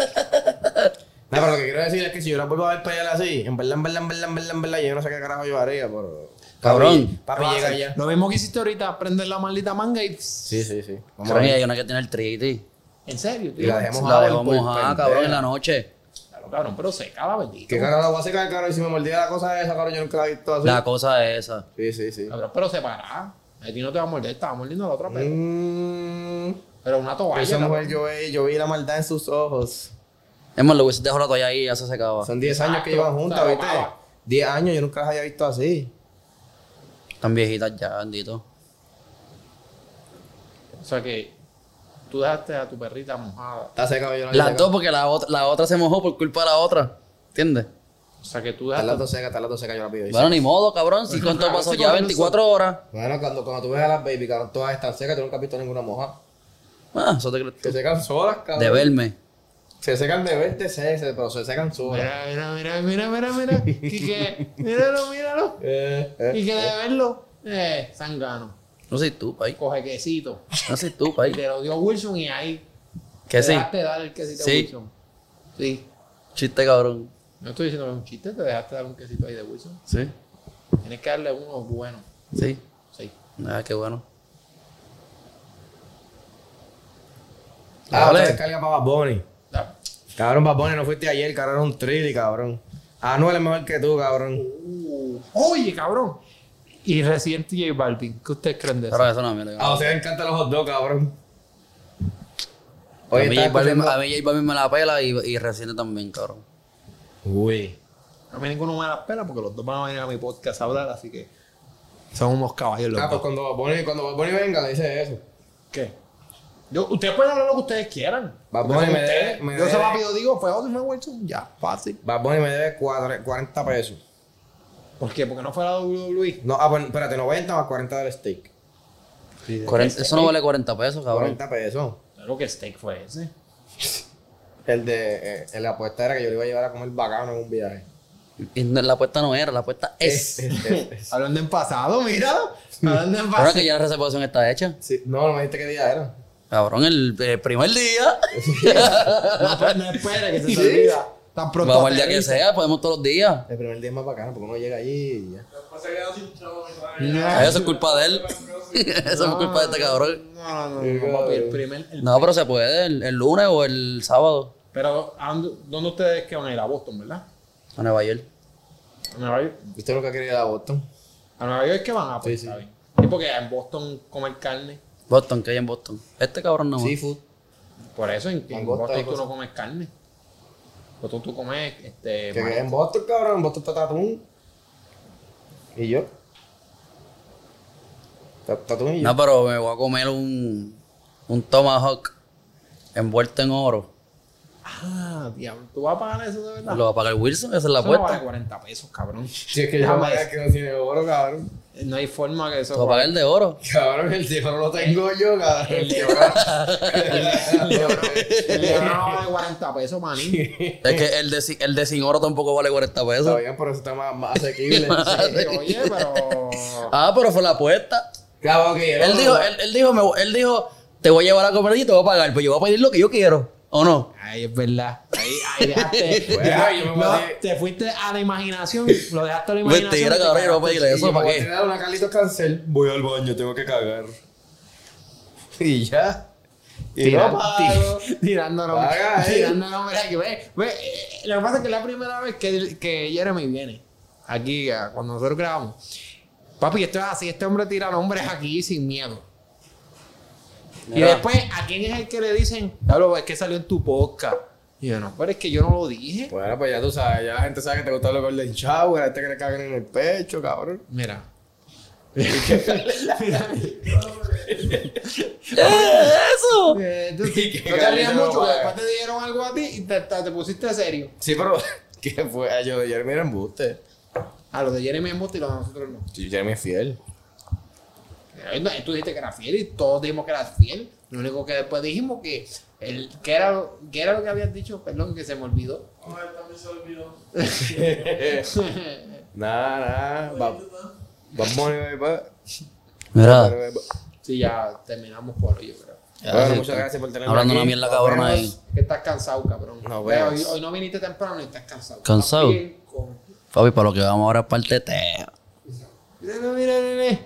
no, pero lo que quiero decir es que si yo la vuelvo a ver pelear así, en verdad, en verdad, en verdad, en verdad, en verdad, yo no sé qué carajo yo haría, pero...
Cabrón.
Papi, papi llega ya.
Lo mismo que hiciste ahorita, prender la maldita manga y...
Sí, sí, sí. Vamos
Cabrón, y
ahí.
hay una que tiene el triti.
¿En serio?
Y la dejé
La
mojada.
dejó
por
mojada,
pendeja.
cabrón, en la noche.
Claro, cabrón, pero seca la bendita.
¿Qué carajo la voy a secar, cabrón? Y si me mordía la cosa esa, cabrón, yo nunca la he visto así.
La cosa es esa.
Sí, sí, sí.
Cabrón, pero separada. A ti no te va a morder, estaba mordiendo a la otra
Mm.
perra.
Mmm...
Pero una toalla.
Esa mujer
cabrón.
yo vi, yo vi la maldad en sus ojos.
Es más, lo hubiese dejado la toalla ahí y ya se secaba.
Son 10 años que
Exacto,
llevan juntas,
se
¿viste?
robaba.
10 años, yo nunca las había visto así.
Están viejitas ya, bendito.
O sea que tú dejaste a tu perrita mojada.
Está seca, yo no le
Las
seca.
dos, porque la, otra- la otra se mojó por culpa de la otra. ¿Entiendes?
O sea que tú
Están las
dejaste.
dos secas, están las dos secas, yo la pido.
Bueno, ni modo, cabrón.
[laughs]
Si cuánto
Claro,
pasó
sí,
ya
cabrón,
24 horas.
Bueno, cuando, cuando tú ves a las baby, cabrón, todas están secas, tú nunca has visto ninguna mojada.
Ah, eso te crees tú.
Se secan solas, cabrón.
De verme.
Se secan de verte, se, se- pero se secan solas.
Mira, mira, mira, mira, mira,
[laughs]
mira. Quique, míralo, míralo.
Eh, eh.
Quique debe verlo. Eh, Sangano.
No soy tú, país.
Coge quesito.
No soy tú,
Y
país.
te lo dio Wilson y ahí.
Que
te
sí.
Dejaste dar el quesito
Sí.
a Wilson. Sí.
Chiste, cabrón.
No estoy diciendo que es un chiste, te dejaste dar un quesito ahí de Wilson.
Sí.
Tienes que darle uno bueno.
Sí.
Sí.
Nada, qué bueno.
Ah,
Dale.
otra descarga para Bad Bunny.
Da-
Cabrón, Bad Bunny, no fuiste ayer, cabrón, era un trilli, cabrón. Anuel es mejor que tú, cabrón.
Oye, cabrón. Y reciente J Balvin. ¿Qué ustedes creen de eso?
Ahora eso no me lo
A ustedes encantan los hot dogs, cabrón.
a, mí
estaba
J Balvin,
escuchando-
a mí J Balvin me la pela y, y reciente también, cabrón.
Uy.
A mí ninguno me da las pelas porque los dos van a venir a mi podcast a hablar, así que son unos caballos
Ah,
los
pues
dos.
cuando Bad Bunny, cuando Bad Bunny venga, le dice eso.
¿Qué? Yo, ustedes pueden hablar lo que ustedes quieran.
Bad
Porque
Bunny
son
me debe-
ustedes.
me
Yo se
debe-
rápido digo, fue otro y fue Wilson. Ya, fácil.
Bad Bunny me debe cuadra- 40 pesos.
¿Por qué? Porque no fue la E. WWE.
No, ah, pues, espérate, 90 más 40 del steak.
40 eso no vale 40 pesos, cabrón.
40 pesos.
Claro que steak fue ese.
El de. eh, la apuesta era que yo le iba a llevar a comer bacano en un [laughs] viaje.
Y no- la apuesta no era, la apuesta es.
Hablando en pasado, mira. [laughs] Hablando en
Ahora
pasado.
que ya la reservación está hecha.
Sí, no, no me dijiste qué día era.
Cabrón, el, eh, primer día.
No, pues, no espere [laughs] que se te olvida. Tan pronto.
Vamos el día que
aterriza.
sea, podemos todos los días.
El primer día es más bacano porque uno llega allí y ya.
Después se queda sin chavo, mi madre.
No,
Eso es culpa de él. [laughs] Eso es culpa de este cabrón.
no, no, no, no, papi, el primer. el-
No, pero se puede el, el lunes o el sábado
Pero, ¿a dónde- ¿dónde ustedes que van a ir? A Boston, ¿verdad?
a Nueva York.
A Nueva York.
¿Viste lo que quería ir a Boston?
A Nueva York es que van a pues,
Sí, sí.
está bien. Sí, porque en Boston comer carne.
Boston, que hay en Boston. Este cabrón no. más.
Seafood.
Por eso en, en
Langosta,
Boston tú
cosas.
no comes carne. Boston tú comes este.
Que quedé
marisco.
en Boston, cabrón. En Boston está Tatún. ¿Y yo? Ta- Tatún y yo.
No, pero me voy a comer un, un tomahawk envuelto en oro.
Ah, diablo. ¿Tú vas a pagar eso de verdad?
Lo va a pagar Wilson, esa es la
Ah. eso no
apuesta.
vale 40 pesos, cabrón.
Si es que yo
Jamás.
me diga que no tiene oro, cabrón.
No hay forma que eso.
Lo va a pagar el de oro.
Cabrón, el de oro lo tengo yo, cabrón. El de oro.
El libro [laughs] no vale 40 pesos, manín.
Es que el de, sin- el de sin oro tampoco vale 40
Está
pesos.
bien, pero eso está más, más
[laughs]
asequible.
Oye, pero.
Ah, pero fue la apuesta.
Claro, que
Él dijo, él, él dijo, me voy- él dijo, te voy a llevar a comer y te voy a pagar, pero yo voy a pedir lo que yo quiero. ¿O no?
Ay, es verdad. Ahí,
[laughs]
ahí dejaste.
Bueno,
deja-
yo me
no,
maté.
te fuiste a la imaginación. Lo dejaste a la imaginación.
Mentira,
y te
cabrón, yo no voy a
cagaste.
pedirle eso,
Yo
¿para
voy a
qué?
tener una Carlitos Cancel. Voy al baño, tengo que cagar. [laughs] Y ya. Y
Tiran-
no pago.
ti- [laughs] tirando nombres.
Paga, eh.
Tirando nombres aquí. Ve, ve, eh, lo que pasa es que es la primera vez que, que Jeremy viene aquí a- cuando nosotros grabamos. Papi, esto es así. Este hombre tira nombres aquí sin miedo. Y
Mira.
después, ¿a quién es el que le dicen? Diablo, es que salió en tu podcast. Y yo, no, pero es que yo no lo dije.
Bueno, pues ya tú sabes, ya la gente sabe que te gustan los golden shower, a este que le cagan en el pecho, cabrón.
Mira. [laughs]
¡Eso!
Eh, entonces,
Y que
no te
Gabriel
rías
no lo
mucho, que
paga.
después te dieron algo a ti y te, te- te pusiste serio.
Sí, pero [laughs] ¿qué fue? Ah, Yo de Jeremy era embuste.
A los de Jeremy es y los de nosotros no.
Sí, Jeremy es fiel. [laughs]
Eh, no, Tú dijiste que era fiel y todos dijimos que era fiel. Lo único que después dijimos que el que era, lo- que era lo que habías dicho, perdón, que se me olvidó.
Ay, también se olvidó.
Nada, nada. va- Vamos a
Mira,
sí, ya terminamos por hoy, yo creo.
Bueno, muchas gracias por tenerme
hablando una
aquí.
mierda
Nos
cabrona
vemos.
ahí.
Que estás cansado, cabrón.
Nos
Ve,
vemos.
hoy, hoy no viniste temprano y estás cansado.
¿Cansado?
Estás bien con-
Fabi, para lo que vamos ahora es parte teteo.
Mira, mira, mira.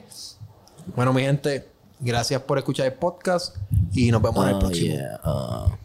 Bueno, mi gente, gracias por escuchar el podcast y nos vemos en el
Oh,
próximo.
yeah, ah.